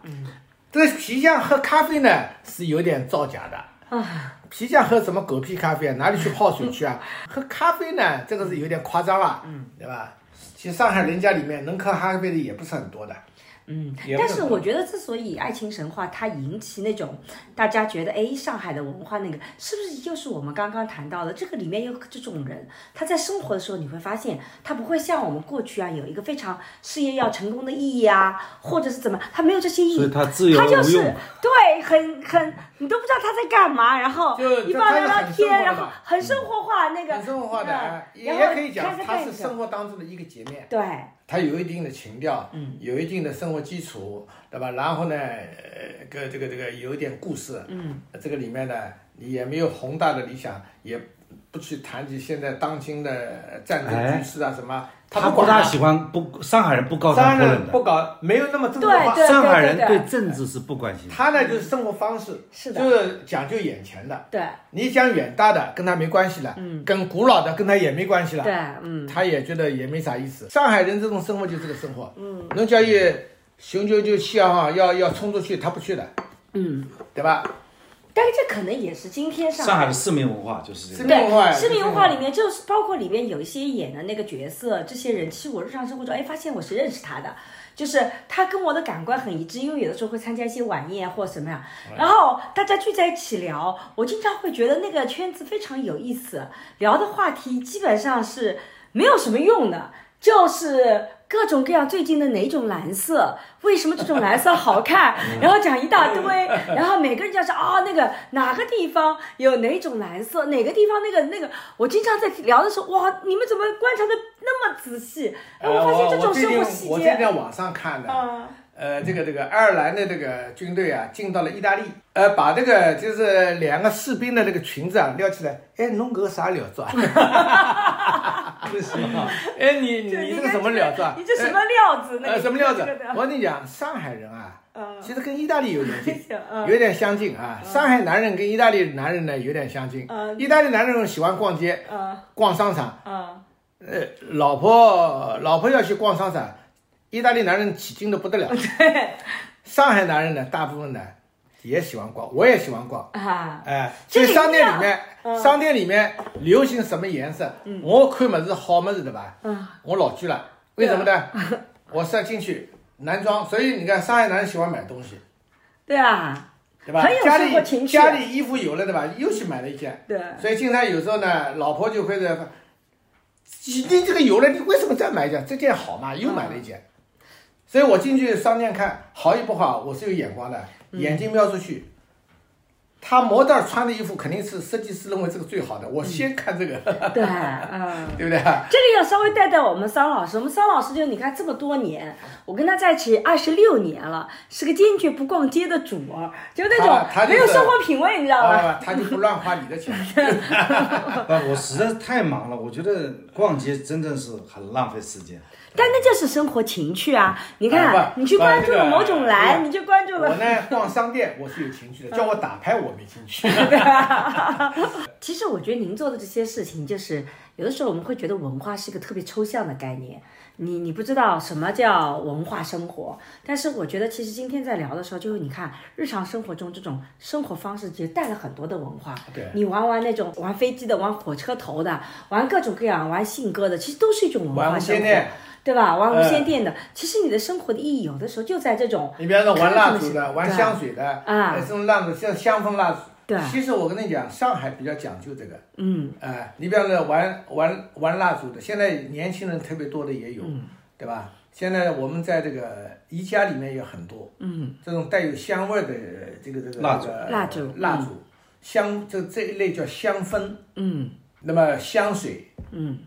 B: 这个皮匠喝咖啡呢是有点造假的，
D: 啊，
B: 皮匠喝什么狗屁咖啡啊？哪里去泡水去 啊？喝咖啡呢，这个是有点夸张了，嗯，对吧？其实上海人家里面能喝咖啡的也不是很多的，
D: 嗯，
B: 也不
D: 但
B: 是
D: 是
B: 很
D: 我觉得之所以《爱情神话》它引起那种大家觉得，哎，上海的文化那个是不是就是我们刚刚谈到的？这个里面有这种人，他在生活的时候你会发现，他不会像我们过去啊有一个非常事业要成功的意义啊，或者是怎么，他没有这些意
C: 所以
D: 义。
C: 他自由
D: 他就
C: 无
D: 是
C: 用。
D: 对，很很，你都不知道他在干嘛，然后
B: 就
D: 一
B: 就
D: 般
B: 他
D: 聊
B: 是
D: 聊
B: 很生
D: 天，
B: 活
D: 然
B: 的
D: 后
B: 嘛
D: 很生活化那个，
B: 很生活化的，啊
D: 嗯
B: 也
D: 然后
B: 也可以讲
D: 开始
B: 它
D: 干嗯
B: 是
D: 什
B: 生活当中的一个截面，
D: 对，
B: 它有一定的情调，嗯，有一定的生活基础，对吧？然后呢，呃，个这个这个有一点故事，嗯，这个里面呢，你也没有宏大的理想，也不去谈及现在当今的战争局势啊什么，
C: 他
B: 不
C: 不
B: 管
C: 大
B: 了
C: 喜欢不上海人不高
B: 当
C: 谈
B: 然
C: 阔
B: 了
C: 论的，
B: 不搞，没有那么正
D: 对
B: 规化。
D: 对
C: 上海
D: 对
C: 人
D: 对
C: 对政治是不关心的。
B: 他呢就是生活方式，
D: 是的
B: 就是讲究眼前的。
D: 对
B: 你讲远大的跟他没关系了，嗯，跟古老的跟他也没关系了，
D: 对，嗯，
B: 他也觉得也没啥意思。上海人这种生活就这个生活，嗯，侬叫伊雄赳赳气昂昂，啊要要冲出去，他不去的，
D: 嗯，
B: 对吧？
D: 但是这可能也是今天上
C: 上海的市民文化就是这
B: 市
C: 个，
B: 民文化
D: 对，
B: 也是
D: 市民文化里面就是包括里面有一些演的那个角色，这些人，其实我日常生活中，哎，发现我是认识他的，就是他跟我的感官很一致，因为有的时候会参加一些晚宴啊或什么呀，然后大家聚在一起聊，我经常会觉得那个圈子非常有意思，聊的话题基本上是没有什么用的，就是。各种各样最近的哪种蓝色？为什么这种蓝色好看？然后讲一大堆，然后每个人就要说啊、那个哪个地方有哪种蓝色，哪个地方那个那个，我经常在聊的时候，哇，你们怎么观察的那么仔细？哎，
B: 呃
D: 发现这
B: 我
D: 种
B: 最
D: 生活
B: 近
D: 细
B: 我最近
D: 节，
B: 在网上看的，
D: 啊，
B: 呃，这个这个爱尔兰的这个军队啊，进到了意大利，呃，把这个就是两个士兵的这个裙子啊撩起来，哎，侬搿啥料 子啊？
C: 为什么？
B: 哎，你你你这个什么料子啊？
D: 你这什么料子？那
B: 呃，
D: 个
B: 什么料子
D: 这个的？
B: 我跟你讲，上海人啊，
D: 嗯
B: 其实跟意大利有点近
D: 嗯，
B: 有点相近啊。上海男人跟意大利男人呢有点相近
D: 嗯，
B: 意大利男人喜欢逛街、
D: 嗯
B: 逛商场，
D: 嗯，
B: 呃，老婆老婆要去逛商场，意大利男人起劲的不得了。
D: 对
B: 上海男人呢，大部分呢也喜欢逛，我也喜欢逛。
D: 啊，
B: 哎，
D: 这
B: 所
D: 个
B: 以商店里面
D: 一定要嗯，
B: 商店里面流行什么颜色，我看么子好么子对吧？
D: 嗯，啊
B: 我老居了，为什么呢？我是要进去男装，所以你看上海男人喜欢买东西，
D: 对啊，
B: 对吧
D: 很有？
B: 家
D: 生活情
B: 里
D: 趣啊
B: 家里衣服有了对吧？又去买了一件，
D: 对，
B: 所以经常有时候呢，老婆就会在。你你这个有了，你为什么再买一件？这件好
D: 嗯
B: 嘛，又买了一件。所以我进去商店看好与不好，我是有眼光的，
D: 嗯
B: 眼睛瞄出去。他模特儿穿的衣服肯定是设计师认为这个最好的，
D: 嗯
B: 我先看这个，
D: 对，嗯。
B: 对不对？
D: 这里要稍微带带我们桑老师，我们桑老师就你看这么多年，我跟他在一起二十六年了，是个坚决不逛街的主儿，就那
B: 他他
D: 种
B: 就
D: 没有
B: 是
D: 生活品味，你知道吧？
B: 啊，他就不乱花你的钱。
C: 啊不，我实在是太忙了，我觉得逛街真的是很浪费时间。
D: 但那就是生活情趣啊！你看，
B: 啊不
D: 你去关注
B: 不
D: 了
B: 这个
D: 某种蓝，
B: 不
D: 你 就关注
B: 啊我
D: 了。
B: 呢，逛商店我是有情
D: 嗯
B: 趣的，叫我打牌我没 情趣。
D: 其实我觉得您做的这些事情，就是有的时候我们会觉得文化是一个特别抽象的概念，你你不知道什么叫文化生活。但是我觉得，其实今天在聊的时候，就是你看日常生活中这种生活方式，其实带了很多的文化。
B: 对
D: 你玩玩那种玩飞机的，玩火车头的，玩各种各样玩信鸽的，其实都是一种文
B: 玩
D: 化
B: 无
D: 生
B: 线
D: 活
B: 电。
D: 对吧？玩无
B: 嗯
D: 线电的，其实你的生活的意义有的时候就在这种
B: 你比方说玩蜡烛
D: 看上
B: 的，
D: 去
B: 玩
D: 对
B: 香水的，
D: 啊
B: 呃这种蜡烛像香氛蜡烛。
D: 对
B: 其实我跟你讲，上海比较讲究这个。呃
D: 嗯嗯
B: 哎、你比方说玩玩玩蜡烛的，现在年轻人特别多的也有，对吧？现在我们在这个宜家里面有很多，嗯，这种带有香味儿的这个这个
E: 蜡
B: 烛
D: 蜡烛
B: 蜡烛香这这一类叫香氛，嗯，那么香水，嗯，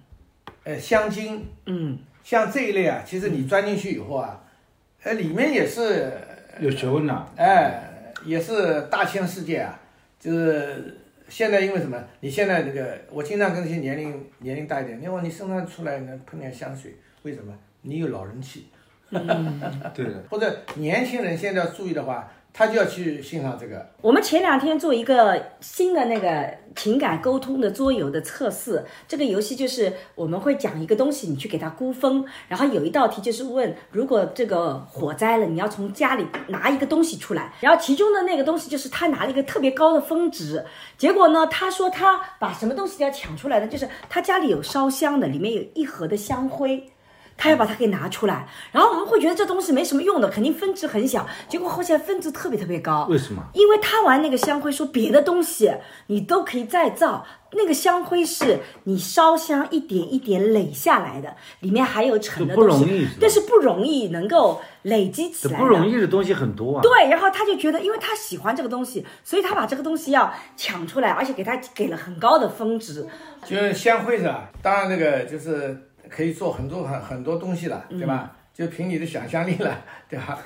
B: 呃香精，嗯，像这一类啊，其实
D: 嗯
B: 你钻进去以后啊，呃里面也是
C: 有学问呐。
B: 哎，也是大千世界啊，就是现在因为什么？你现在那个，我经常跟一些年龄年龄大一点，你往你身上出来呢，喷点香水，为什么？你有老人气，
C: 对的，
B: 或者年轻人现在要注意的话，他就要去欣赏这个。
D: 我们前两天做一个新的那个情感沟通的桌游的测试，这个游戏就是我们会讲一个东西，你去给它估分，然后有一道题就是问，如果这个火灾了，你要从家里拿一个东西出来，然后其中的那个东西就是他拿了一个特别高的峰值，结果呢，他说他把什么东西要抢出来呢？就是他家里有烧香的，里面有一盒的香灰。他要把它给拿出来，然后我们会觉得这东西没什么用的，肯定分值很小。结果后来分值特别特别高，
C: 为什么？
D: 因为他玩那个香灰说别的东西你都可以再造，那个香灰是你烧香一点一点垒下来的，里面还有沉的
C: 就不
D: 东西，
C: 容易是吧
D: 但是不容易能够累积起
C: 这
D: 来的，
C: 不容易的东西很多啊。
D: 对，然后他就觉得，因为他喜欢这个东西，所以他把这个东西要抢出来，而且给他给了很高的峰值。
B: 就是香灰是吧？当然这个就是可以做很多很很多东西了，对吧？就凭你的想象力了，对吧？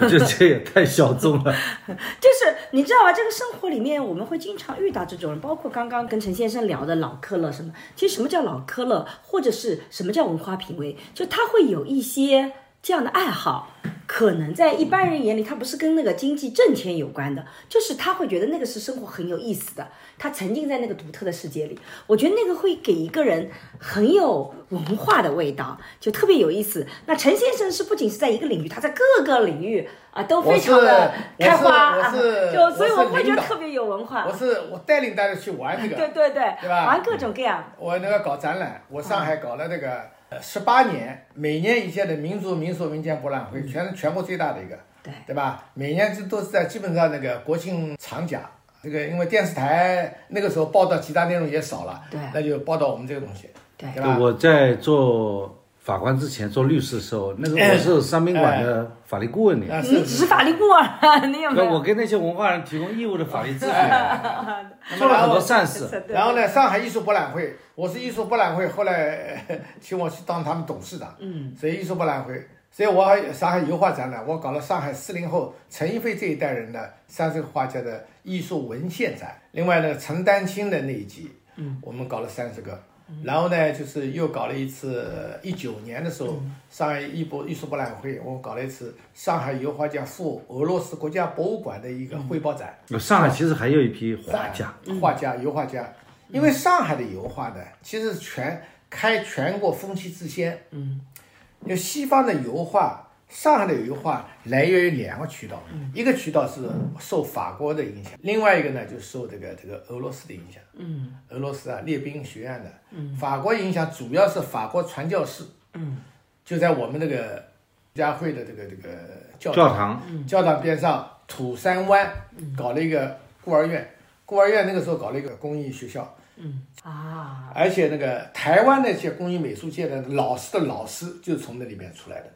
C: 我觉得 这也太小众了。
D: 就是你知道吧？这个生活里面我们会经常遇到这种人，包括刚刚跟陈先生聊的老科勒什么。其实什么叫老科勒，或者是什么叫文化品味，就他会有一些这样的爱好。可能在一般人眼里，他不是跟那个经济挣钱有关的，就是他会觉得那个是生活很有意思的，他沉浸在那个独特的世界里。我觉得那个会给一个人很有文化的味道，就特别有意思。那陈先生是不仅是在一个领域，他在各个领域啊都非常的
B: 我是
D: 开花
B: 我
D: 啊，
B: 是我是
D: 就所以
B: 我是
D: 我会觉
B: 领
D: 得
B: 导
D: 特别有文化
B: 我。是我带领大家去玩这个，
D: 对对对，
B: 对吧
D: 玩各种各样，
B: 我那个搞展览，我上海搞了那
D: 啊
B: 个呃十八年，每年一届的民族民俗民间博览会，全是全国最大的一个，
D: 嗯对
B: 对吧？每年这都是在基本上那个国庆长假，这个因为电视台那个时候报道其他内容也少了，
D: 对
B: 那就报道我们这个东西，
D: 对
B: 对吧？
C: 我在做法官之前，做律师的时候，那个
B: 哎
C: 我是商宾馆的法律顾问呢。
B: 啊，
D: 你
B: 是
D: 只是法律顾问啊， 你有没
C: 那我
D: 有？
C: 给那些文化人提供义务的法 律咨询，
B: 哎
C: 做了很多善事。
B: 然后呢，上海艺术博览会，我是艺术博览会，后来 呃请我去当他们董事长，嗯，所以艺术博览会，所以我还上海油画展览，我搞了上海四零后陈逸飞这一代人的三十个画家的艺术文献展，另外呢，陈丹青的那一集，嗯，我们搞了三十个，然后呢，就是又搞了一次，呃一九年的时候，上海艺博艺术博览会，我搞了一次上海油画家赴俄罗斯国家博物馆的一个汇报展，
C: 上海其实还有一批画家，
B: 画家、油画家，因为上海的油画呢，其实全开全国风气之先。嗯，因为西方的油画，上海的油画来源于两个渠道，一个渠道是受法国的影响，另外一个呢就受这个这个俄罗斯的影响。嗯，俄罗斯啊，列宾学院的。嗯，法国影响主要是法国传教士。嗯，就在我们这个家会的这个这个教
C: 教堂
B: 教堂边上土山湾搞了一个孤儿院，孤儿院那个时候搞了一个公益学校，
D: 啊，
B: 而且那个台湾那些工艺美术界的老师的老师就是从那里面出来的，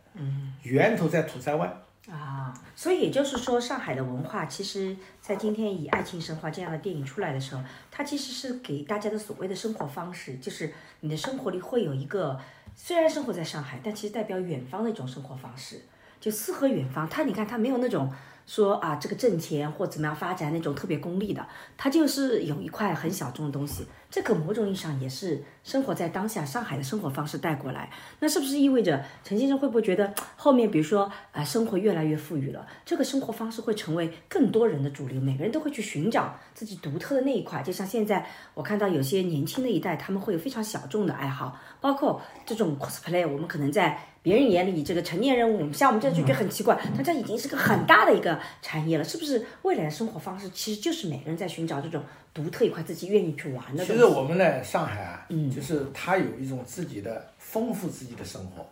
B: 源头在土山湾。
D: 啊，所以也就是说，上海的文化其实，在今天以《爱情神话》这样的电影出来的时候，它其实是给大家的所谓的生活方式，就是你的生活里会有一个，虽然生活在上海，但其实代表远方的一种生活方式，就适合远方。它你看，它没有那种说啊这个挣钱或怎么样发展那种特别功利的，它就是有一块很小众的东西。这个某种意义上也是生活在当下上海的生活方式带过来。那是不是意味着陈先生会不会觉得后面，比如说啊、呃生活越来越富裕了，这个生活方式会成为更多人的主流，每个人都会去寻找自己独特的那一块。就像现在我看到有些年轻的一代，他们会有非常小众的爱好，包括这种 cosplay，我们可能在。别人眼里，这个成年人，我们像我们这样就觉得很奇怪，
C: 嗯
D: 但这已经是个很大的一个产业了，是不是？未来的生活方式其实就是每个人在寻找这种独特一块自己愿意去玩的东西。嗯
B: 其实我们呢，上海啊，就是它有一种自己的丰富自己的生活，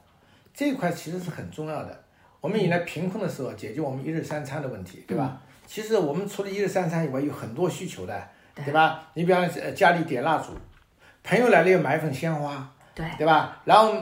B: 这一块其实是很重要的。我们以来贫困的时候，解决我们一日三餐的问
D: 嗯
B: 题，对吧？其实我们除了一日三餐以外，有很多需求的，对吧？你比方说呃家里点蜡烛，朋友来了要买一份鲜花，
D: 对
B: 对吧？然后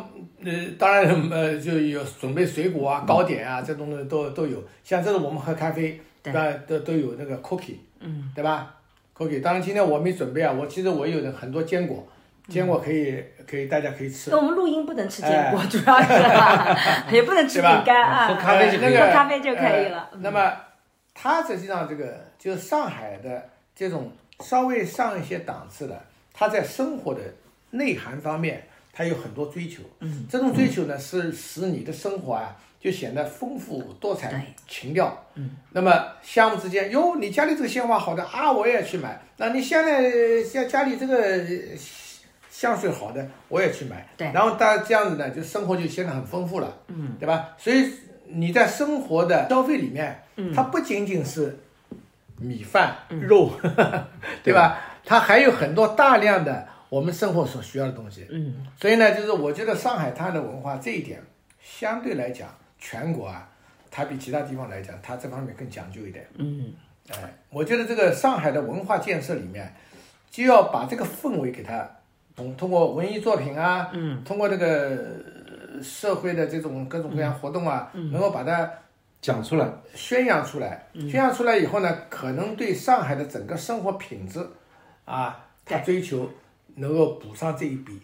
B: 呃，当然呃，就有准备水果
D: 嗯
B: 啊、糕点啊这种东西都都有。像这种我们喝咖啡，
D: 对
B: 吧？都都有那个 cookie，嗯，对吧？cookie，当然今天我没准备啊，我其实我有很多坚果，
D: 嗯
B: 坚果可以可以大家可以吃
D: 那。我们录音不能吃坚果，主要是吧， 也不能吃
B: 对吧
D: 饼干啊，
C: 哎喝咖啡就可以哎
B: 呃那
D: 喝
B: 个
D: 咖啡就可以了嗯
B: 呃那么，它实际上这个就是上海的这种稍微上一些档次的，它在生活的内涵方面，它有很多追求。嗯，这种追求呢，是使你的生活啊就显得丰富多彩、情调。嗯，那么相互之间，哟，你家里这个鲜花好的啊，我也要去买。那你现在家家里这个呃香水好的，我也去买。
D: 对
B: 然后大家这样子呢，就生活就显得很丰富了。嗯，对吧？所以你在生活的消费里面，嗯，它不仅仅是米饭、肉，对吧？它还有很多大量的我们生活所需要的东西。嗯，所以呢，就是我觉得上海滩的文化这一点，相对来讲，全国啊，它比其他地方来讲，它这方面更讲究一点。嗯，哎，我觉得这个上海的文化建设里面，就要把这个氛围给它通通过文艺作品啊，嗯，通过这个呃社会的这种各种各样活动啊，能够把它
C: 讲出来，
B: 宣扬出来，宣扬出来以后呢，可能对上海的整个生活品质啊，他追求能够补上这一笔。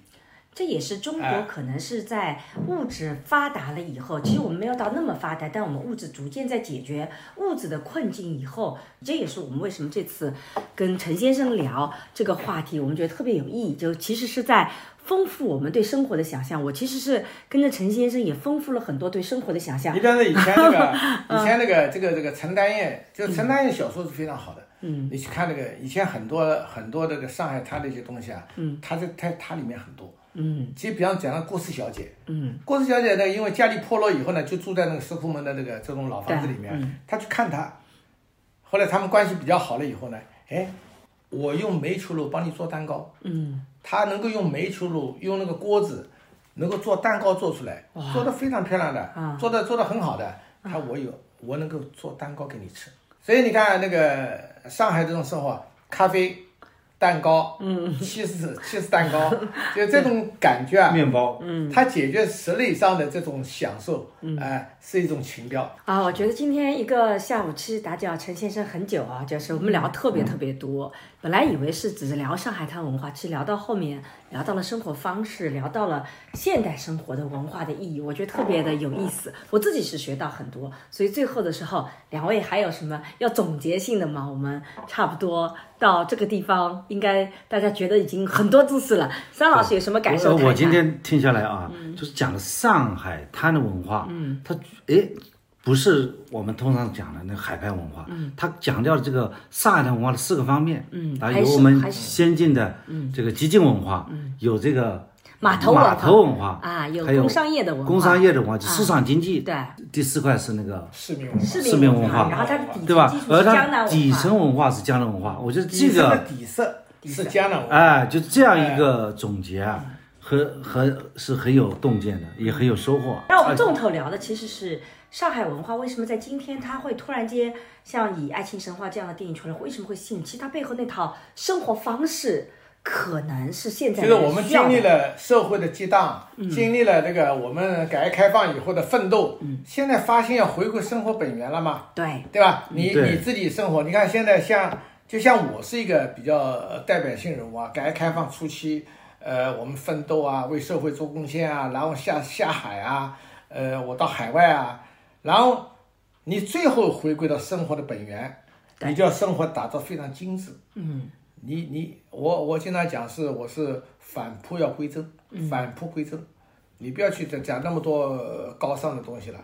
D: 这也是中国
B: 哎
D: 可能是在物质发达了以后，其实我们没有到那么发达，但我们物质逐渐在解决物质的困境以后，这也是我们为什么这次跟陈先生聊这个话题，我们觉得特别有意义，就其实是在。丰富我们对生活的想象，我其实是跟着陈先生也丰富了很多对生活的想象
B: 你。比方说以前那 个，以前那个这个这个陈丹燕，就陈丹燕小说是非常好的。嗯，你去看那个以前很多很多这个上海滩的一些东西啊，嗯，它这它它里面很多。嗯，其实比方讲了郭四小姐，嗯，郭四小姐呢，因为家里破落以后呢，就住在那个石库门的那个这种老房子里面，她去看她，后来他们关系比较好了以后呢，哎，我用煤球炉帮你做蛋糕，嗯，他能够用煤球炉，用那个锅子，能够做蛋糕做出来，做的非常漂亮的，做的做的很好的，他我有我能够做蛋糕给你吃，所以你看那个上海这种生活，咖啡。蛋糕，嗯，cheese cheese 蛋 糕，就这种感觉啊，
C: 面包，
B: 它解决食类上的这种享受，哎、是一种情调。
D: 啊，我觉得今天一个下午其实打搅陈先生很久啊，就是我们聊特别特别多。本来以为是只是聊上海滩文化，其实聊到后面聊到了生活方式，聊到了现代生活的文化的意义，我觉得特别的有意思。我自己是学到很多，所以最后的时候，两位还有什么要总结性的吗？我们差不多到这个地方，应该大家觉得已经很多知识了。桑老师有什么感受
C: 我呃
D: 谈一
C: 我今
D: 谈
C: 天听下来啊，
D: 嗯
C: 就是讲了上海滩的文化，嗯，它诶不是我们通常讲的那个海派文化，嗯，它强调了这个上海滩文化的四个方面，嗯啊，
D: 还
C: 有
D: 是
C: 我们
D: 还是
C: 先进的这个激进文化，嗯，有这个
D: 嗯码头文化
C: 码头文化
D: 啊有
C: 还有
D: 工商业的文化啊
C: 工商业的文化，就市场经济，
D: 对，
C: 第四块是那个
B: 市民文化
D: 市
C: 市
D: 民
C: 民
D: 文
C: 文化
D: 然后它的底
C: 对
D: 层
C: 吧
D: 基？础
C: 而
D: 是江南文化，
C: 它
D: 嗯
C: 底层文化是江南文化，我觉得这
B: 底层
C: 个
B: 的底色是江南文化，
C: 哎，就这样一个总结啊，很很是很有洞见的，也很有收获。啊
D: 那我们重头聊的其实是上海文化为什么在今天它会突然间像以《爱情神话》这样的电影出来，为什么会吸引？其实它背后那套生活方式，可能是现在
B: 就是我们
D: 人需要
B: 经
D: 的嗯
B: 历了社会的激荡，经历了这个我们改革开放以后的奋斗，
D: 嗯
B: 现在发现要回归生活本源了嘛，
D: 对
B: 对吧？你
C: 对
B: 你自己生活，你看现在像就像我是一个比较呃代表性人物啊，改革开放初期，呃，我们奋斗啊，为社会做贡献啊，然后下下海啊，呃，我到海外啊，然后你最后回归到生活的本源，你就要生活打造非常精致。嗯，你你我我经常讲是我是返璞要归真，返璞归真。你不要去讲讲那么多呃高尚的东西了，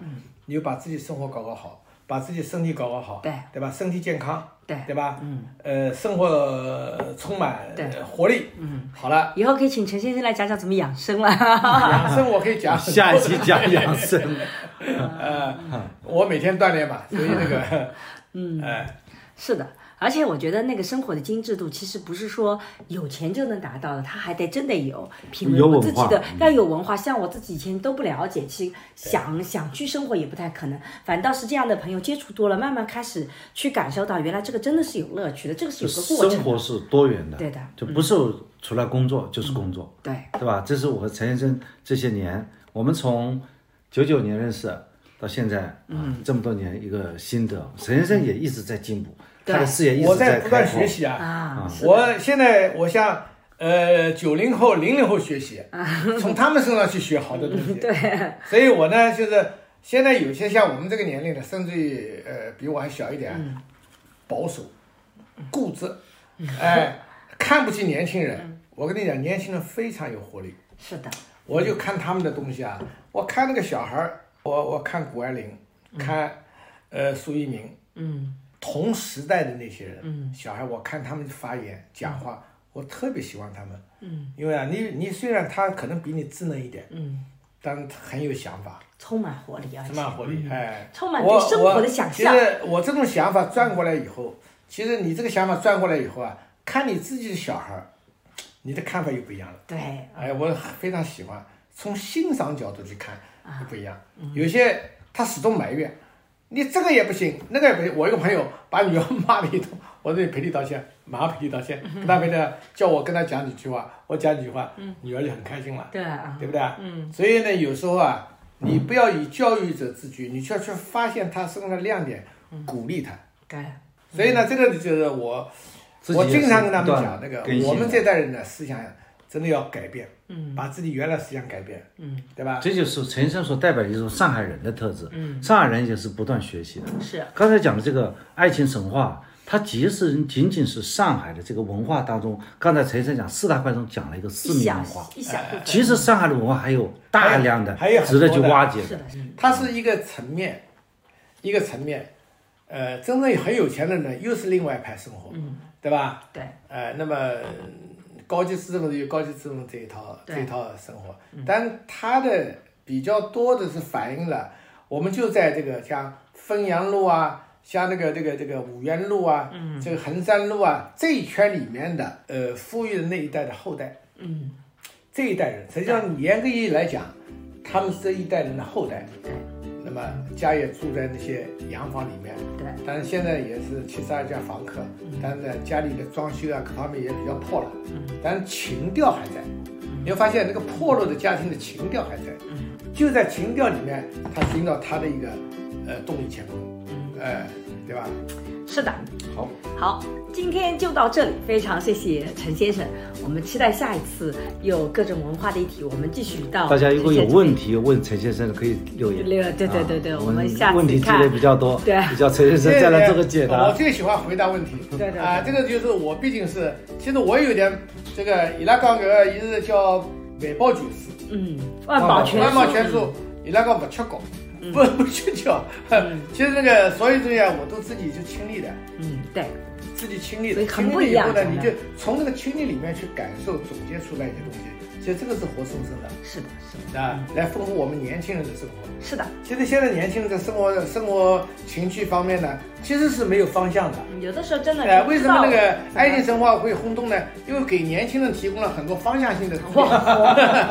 B: 你就把自己生活搞搞好，把自己身体搞搞好，
D: 对
B: 对吧？身体健康，
D: 对
B: 对吧？嗯，呃，生活呃充满
D: 对
B: 呃活力，嗯，好了，
D: 以后可以请陈先生来讲讲怎么养生了。
B: 养生我可以讲 很多
C: 下一期讲养生，
B: 呃，我每天锻炼嘛，所以那个，嗯，哎，
D: 是的。而且我觉得那个生活的精致度，其实不是说有钱就能达到的，他还得真得有品味。
C: 有文
D: 我自己
C: 化嗯
D: 的要有文化，像我自己以前都不了解，其实想想去生活也不太可能。反倒是这样的朋友接触多了，慢慢开始去感受到，原来这个真的是有乐趣的，这 个是有个过
C: 生
D: 程的。
C: 活是多元的，
D: 对的嗯
C: 就不是除了工作就是工作，
D: 对，
C: 对吧？这是我和陈先生这些年，我们从九九年认识到现在，嗯，这么多年一个心得。陈先生也一直在进步，
D: 对
C: 他的视野一
B: 我
C: 直
B: 在不
C: 开
B: 断
C: 阔
B: 学。习啊，
D: 啊，是的
B: 我现在我向呃九零后、零零后学习，从他们身上去学好的东西。
D: 啊 对，
B: 所以我呢，就是现在有些像我们这个年龄的，甚至于呃比我还小一点啊，
D: 嗯
B: 保守、固执，哎，看不起年轻人。
D: 嗯
B: 我跟你讲，年轻人非常有活力。
D: 是的，
B: 我就看他们的东西啊，我看那个小孩儿，我我看谷爱凌，看呃苏一鸣，
D: 嗯，
B: 同时代的那些人，嗯，小孩，我看他们发言讲
D: 嗯
B: 话，我特别喜欢他们，嗯，因为啊，你你虽然他可能比你稚嫩一点，
D: 嗯，
B: 但是很有想法，
D: 充满活力，而
B: 充
D: 且
B: 满活力，哎，
D: 嗯充满
B: 我
D: 对生活的想象
B: 我其实我这种想法转过来以后，其实你这个想法转过来以后啊，看你自己的小孩儿，你的看法又不一样了。
D: 对，
B: 哎，我非常喜欢从欣赏角度去看，不一样。有些他始终埋怨，你这个也不行，那个也不行。我一个朋友把女儿骂了一通，我说你赔礼道歉，马上赔礼道歉，跟他赔的，叫我跟他讲几句话，我讲几句话，女儿就很开心了，
D: 对啊，
B: 对不对？所以呢，有时候啊，你不要以教育者自居，你就要去发现他身上的亮点，鼓励他。
D: 对，
B: 所以呢，这个就是我，
C: 自己
B: 我
C: 也是
B: 经常跟他们
C: 不断
B: 讲，那个
C: 更新
B: 我们
C: 的
B: 这代人的思想真的要改变，嗯，把自己原来思想改变，嗯，对吧？
C: 这就是陈先生所代表的一种上海人的特质。嗯，上海人也是不断学习的。
D: 是
C: 刚才讲的这个爱情神话，它其实仅仅是上海的这个文化当中，刚才陈先生讲四大块中讲了一个市
D: 一
C: 民
D: 小
C: 文化，
D: 一小部分，
C: 其实上海的文化还有大量的
B: 还有还有
C: 值得去
B: 很多的
C: 挖掘
D: 是的，是的
B: 它是一个层面，一个层面，呃，真正很有钱的人又是另外一派生活，嗯，对吧？
D: 对，
B: 呃，那么嗯高级知识分子有高级知识分子这一套
D: 对
B: 这一套生活，但它的比较多的是反映了我们就在这个像汾阳路啊。像那个这个这个五原路啊，嗯、这个衡山路啊，这一圈里面的呃富裕的那一代的后代，这一代人，实际上严格意义来讲，他们是这一代人的后代。
D: 对
B: 那么家也住在那些洋房里面，
D: 对，
B: 但是现在也是七十二家房客，但是呢家里的装修啊各方面也比较破了，但是情调还在。你会发现那个破落的家庭的情调还在，就在情调里面，他寻找他的一个呃动力乾坤，呃，对吧？
D: 是的。
B: 好，
D: 好，今天就到这里，非常谢谢陈先生，我们期待下一次有各种文化的议题，我们继续到
C: 大家如果有
D: 陈先生
C: 问题问陈先生的可以留言。
D: 留哦对对对对
C: 啊
D: 我
C: 我
D: 们下次
C: 问题积
D: 看
C: 累比较多，
D: 对
C: 比较陈先生再来做个解
B: 我
C: 答。
B: 最喜欢回答问题。
D: 对对
B: 啊，这个就是我毕竟是，其实我有点这个伊拉讲个伊是叫万宝全书，
D: 嗯万宝全
B: 万宝
D: 书
B: 全嗯书，伊拉讲不吃过，不不去叫。其实那个所有东西啊，我都自己就亲历的，
D: 嗯对
B: 自己亲历
D: 所
B: 的。
D: 以很
B: 亲历
D: 不一样
B: 以后呢，
D: 真
B: 你
D: 的
B: 就从那个亲历里面去感受、总结出来一些东西。其实这个是活生生的
D: 是的是的
B: 啊，来丰富我们年轻人的生活。
D: 是的，
B: 其实现在年轻人在生活、生活情趣方面呢，其实是没有方向的。
D: 嗯有的时候真的
B: 哎，
D: 不
B: 为
D: 知
B: 什么
D: 道
B: 那个
D: 怎么
B: 爱情神话会轰动呢？因为给年轻人提供了很多方向性的指点，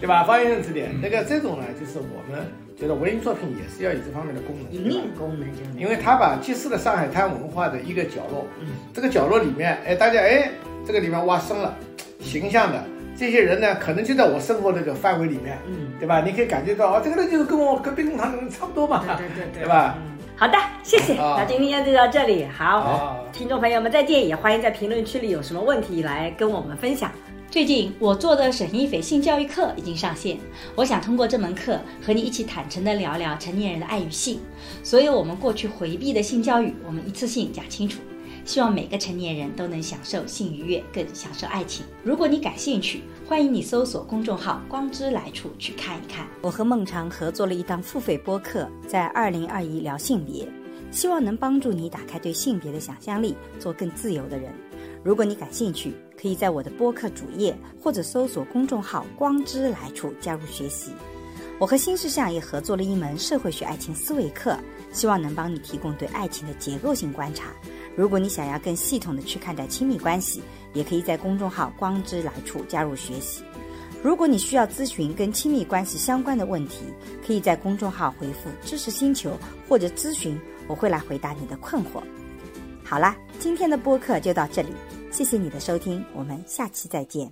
B: 对吧？方向性指点，那个这种呢，就是我们觉得文艺作品也是要有这方面的功能，
D: 引
B: 对吧
D: 领功能就是
B: 因为它把揭示了上海滩文化的一个角落，
D: 嗯
B: 这个角落里面，哎，大家哎，这个里面挖深了，形象的这些人呢，可能就在我生活这个范围里面，
D: 嗯
B: 对吧？你可以感觉到啊、哦，这个人就是跟我隔壁弄堂的人差不多嘛，
D: 对对对对嗯
B: 对吧？
D: 好的，谢谢，
B: 啊
D: 那今天就到这里。好，
B: 好
D: 听众朋友们再见，也欢迎在评论区里有什么问题来跟我们分享。
F: 最近我做的沈一斐性教育课已经上线，我想通过这门课和你一起坦诚地聊聊成年人的爱与性，所有我们过去回避的性教育，我们一次性讲清楚。希望每个成年人都能享受性愉悦，更享受爱情。如果你感兴趣，欢迎你搜索公众号“光之来处”去看一看。
G: 我和孟常合作了一档付费播客，在二零二一聊性别，希望能帮助你打开对性别的想象力，做更自由的人。如果你感兴趣，可以在我的播客主页或者搜索公众号“光之来处”加入学习。我和新世相也合作了一门社会学爱情思维课，希望能帮你提供对爱情的结构性观察，如果你想要更系统的去看待亲密关系，也可以在公众号“光之来处”加入学习。如果你需要咨询跟亲密关系相关的问题，可以在公众号回复“知识星球”或者咨询，我会来回答你的困惑。好啦，今天的播客就到这里，谢谢你的收听，我们下期再见。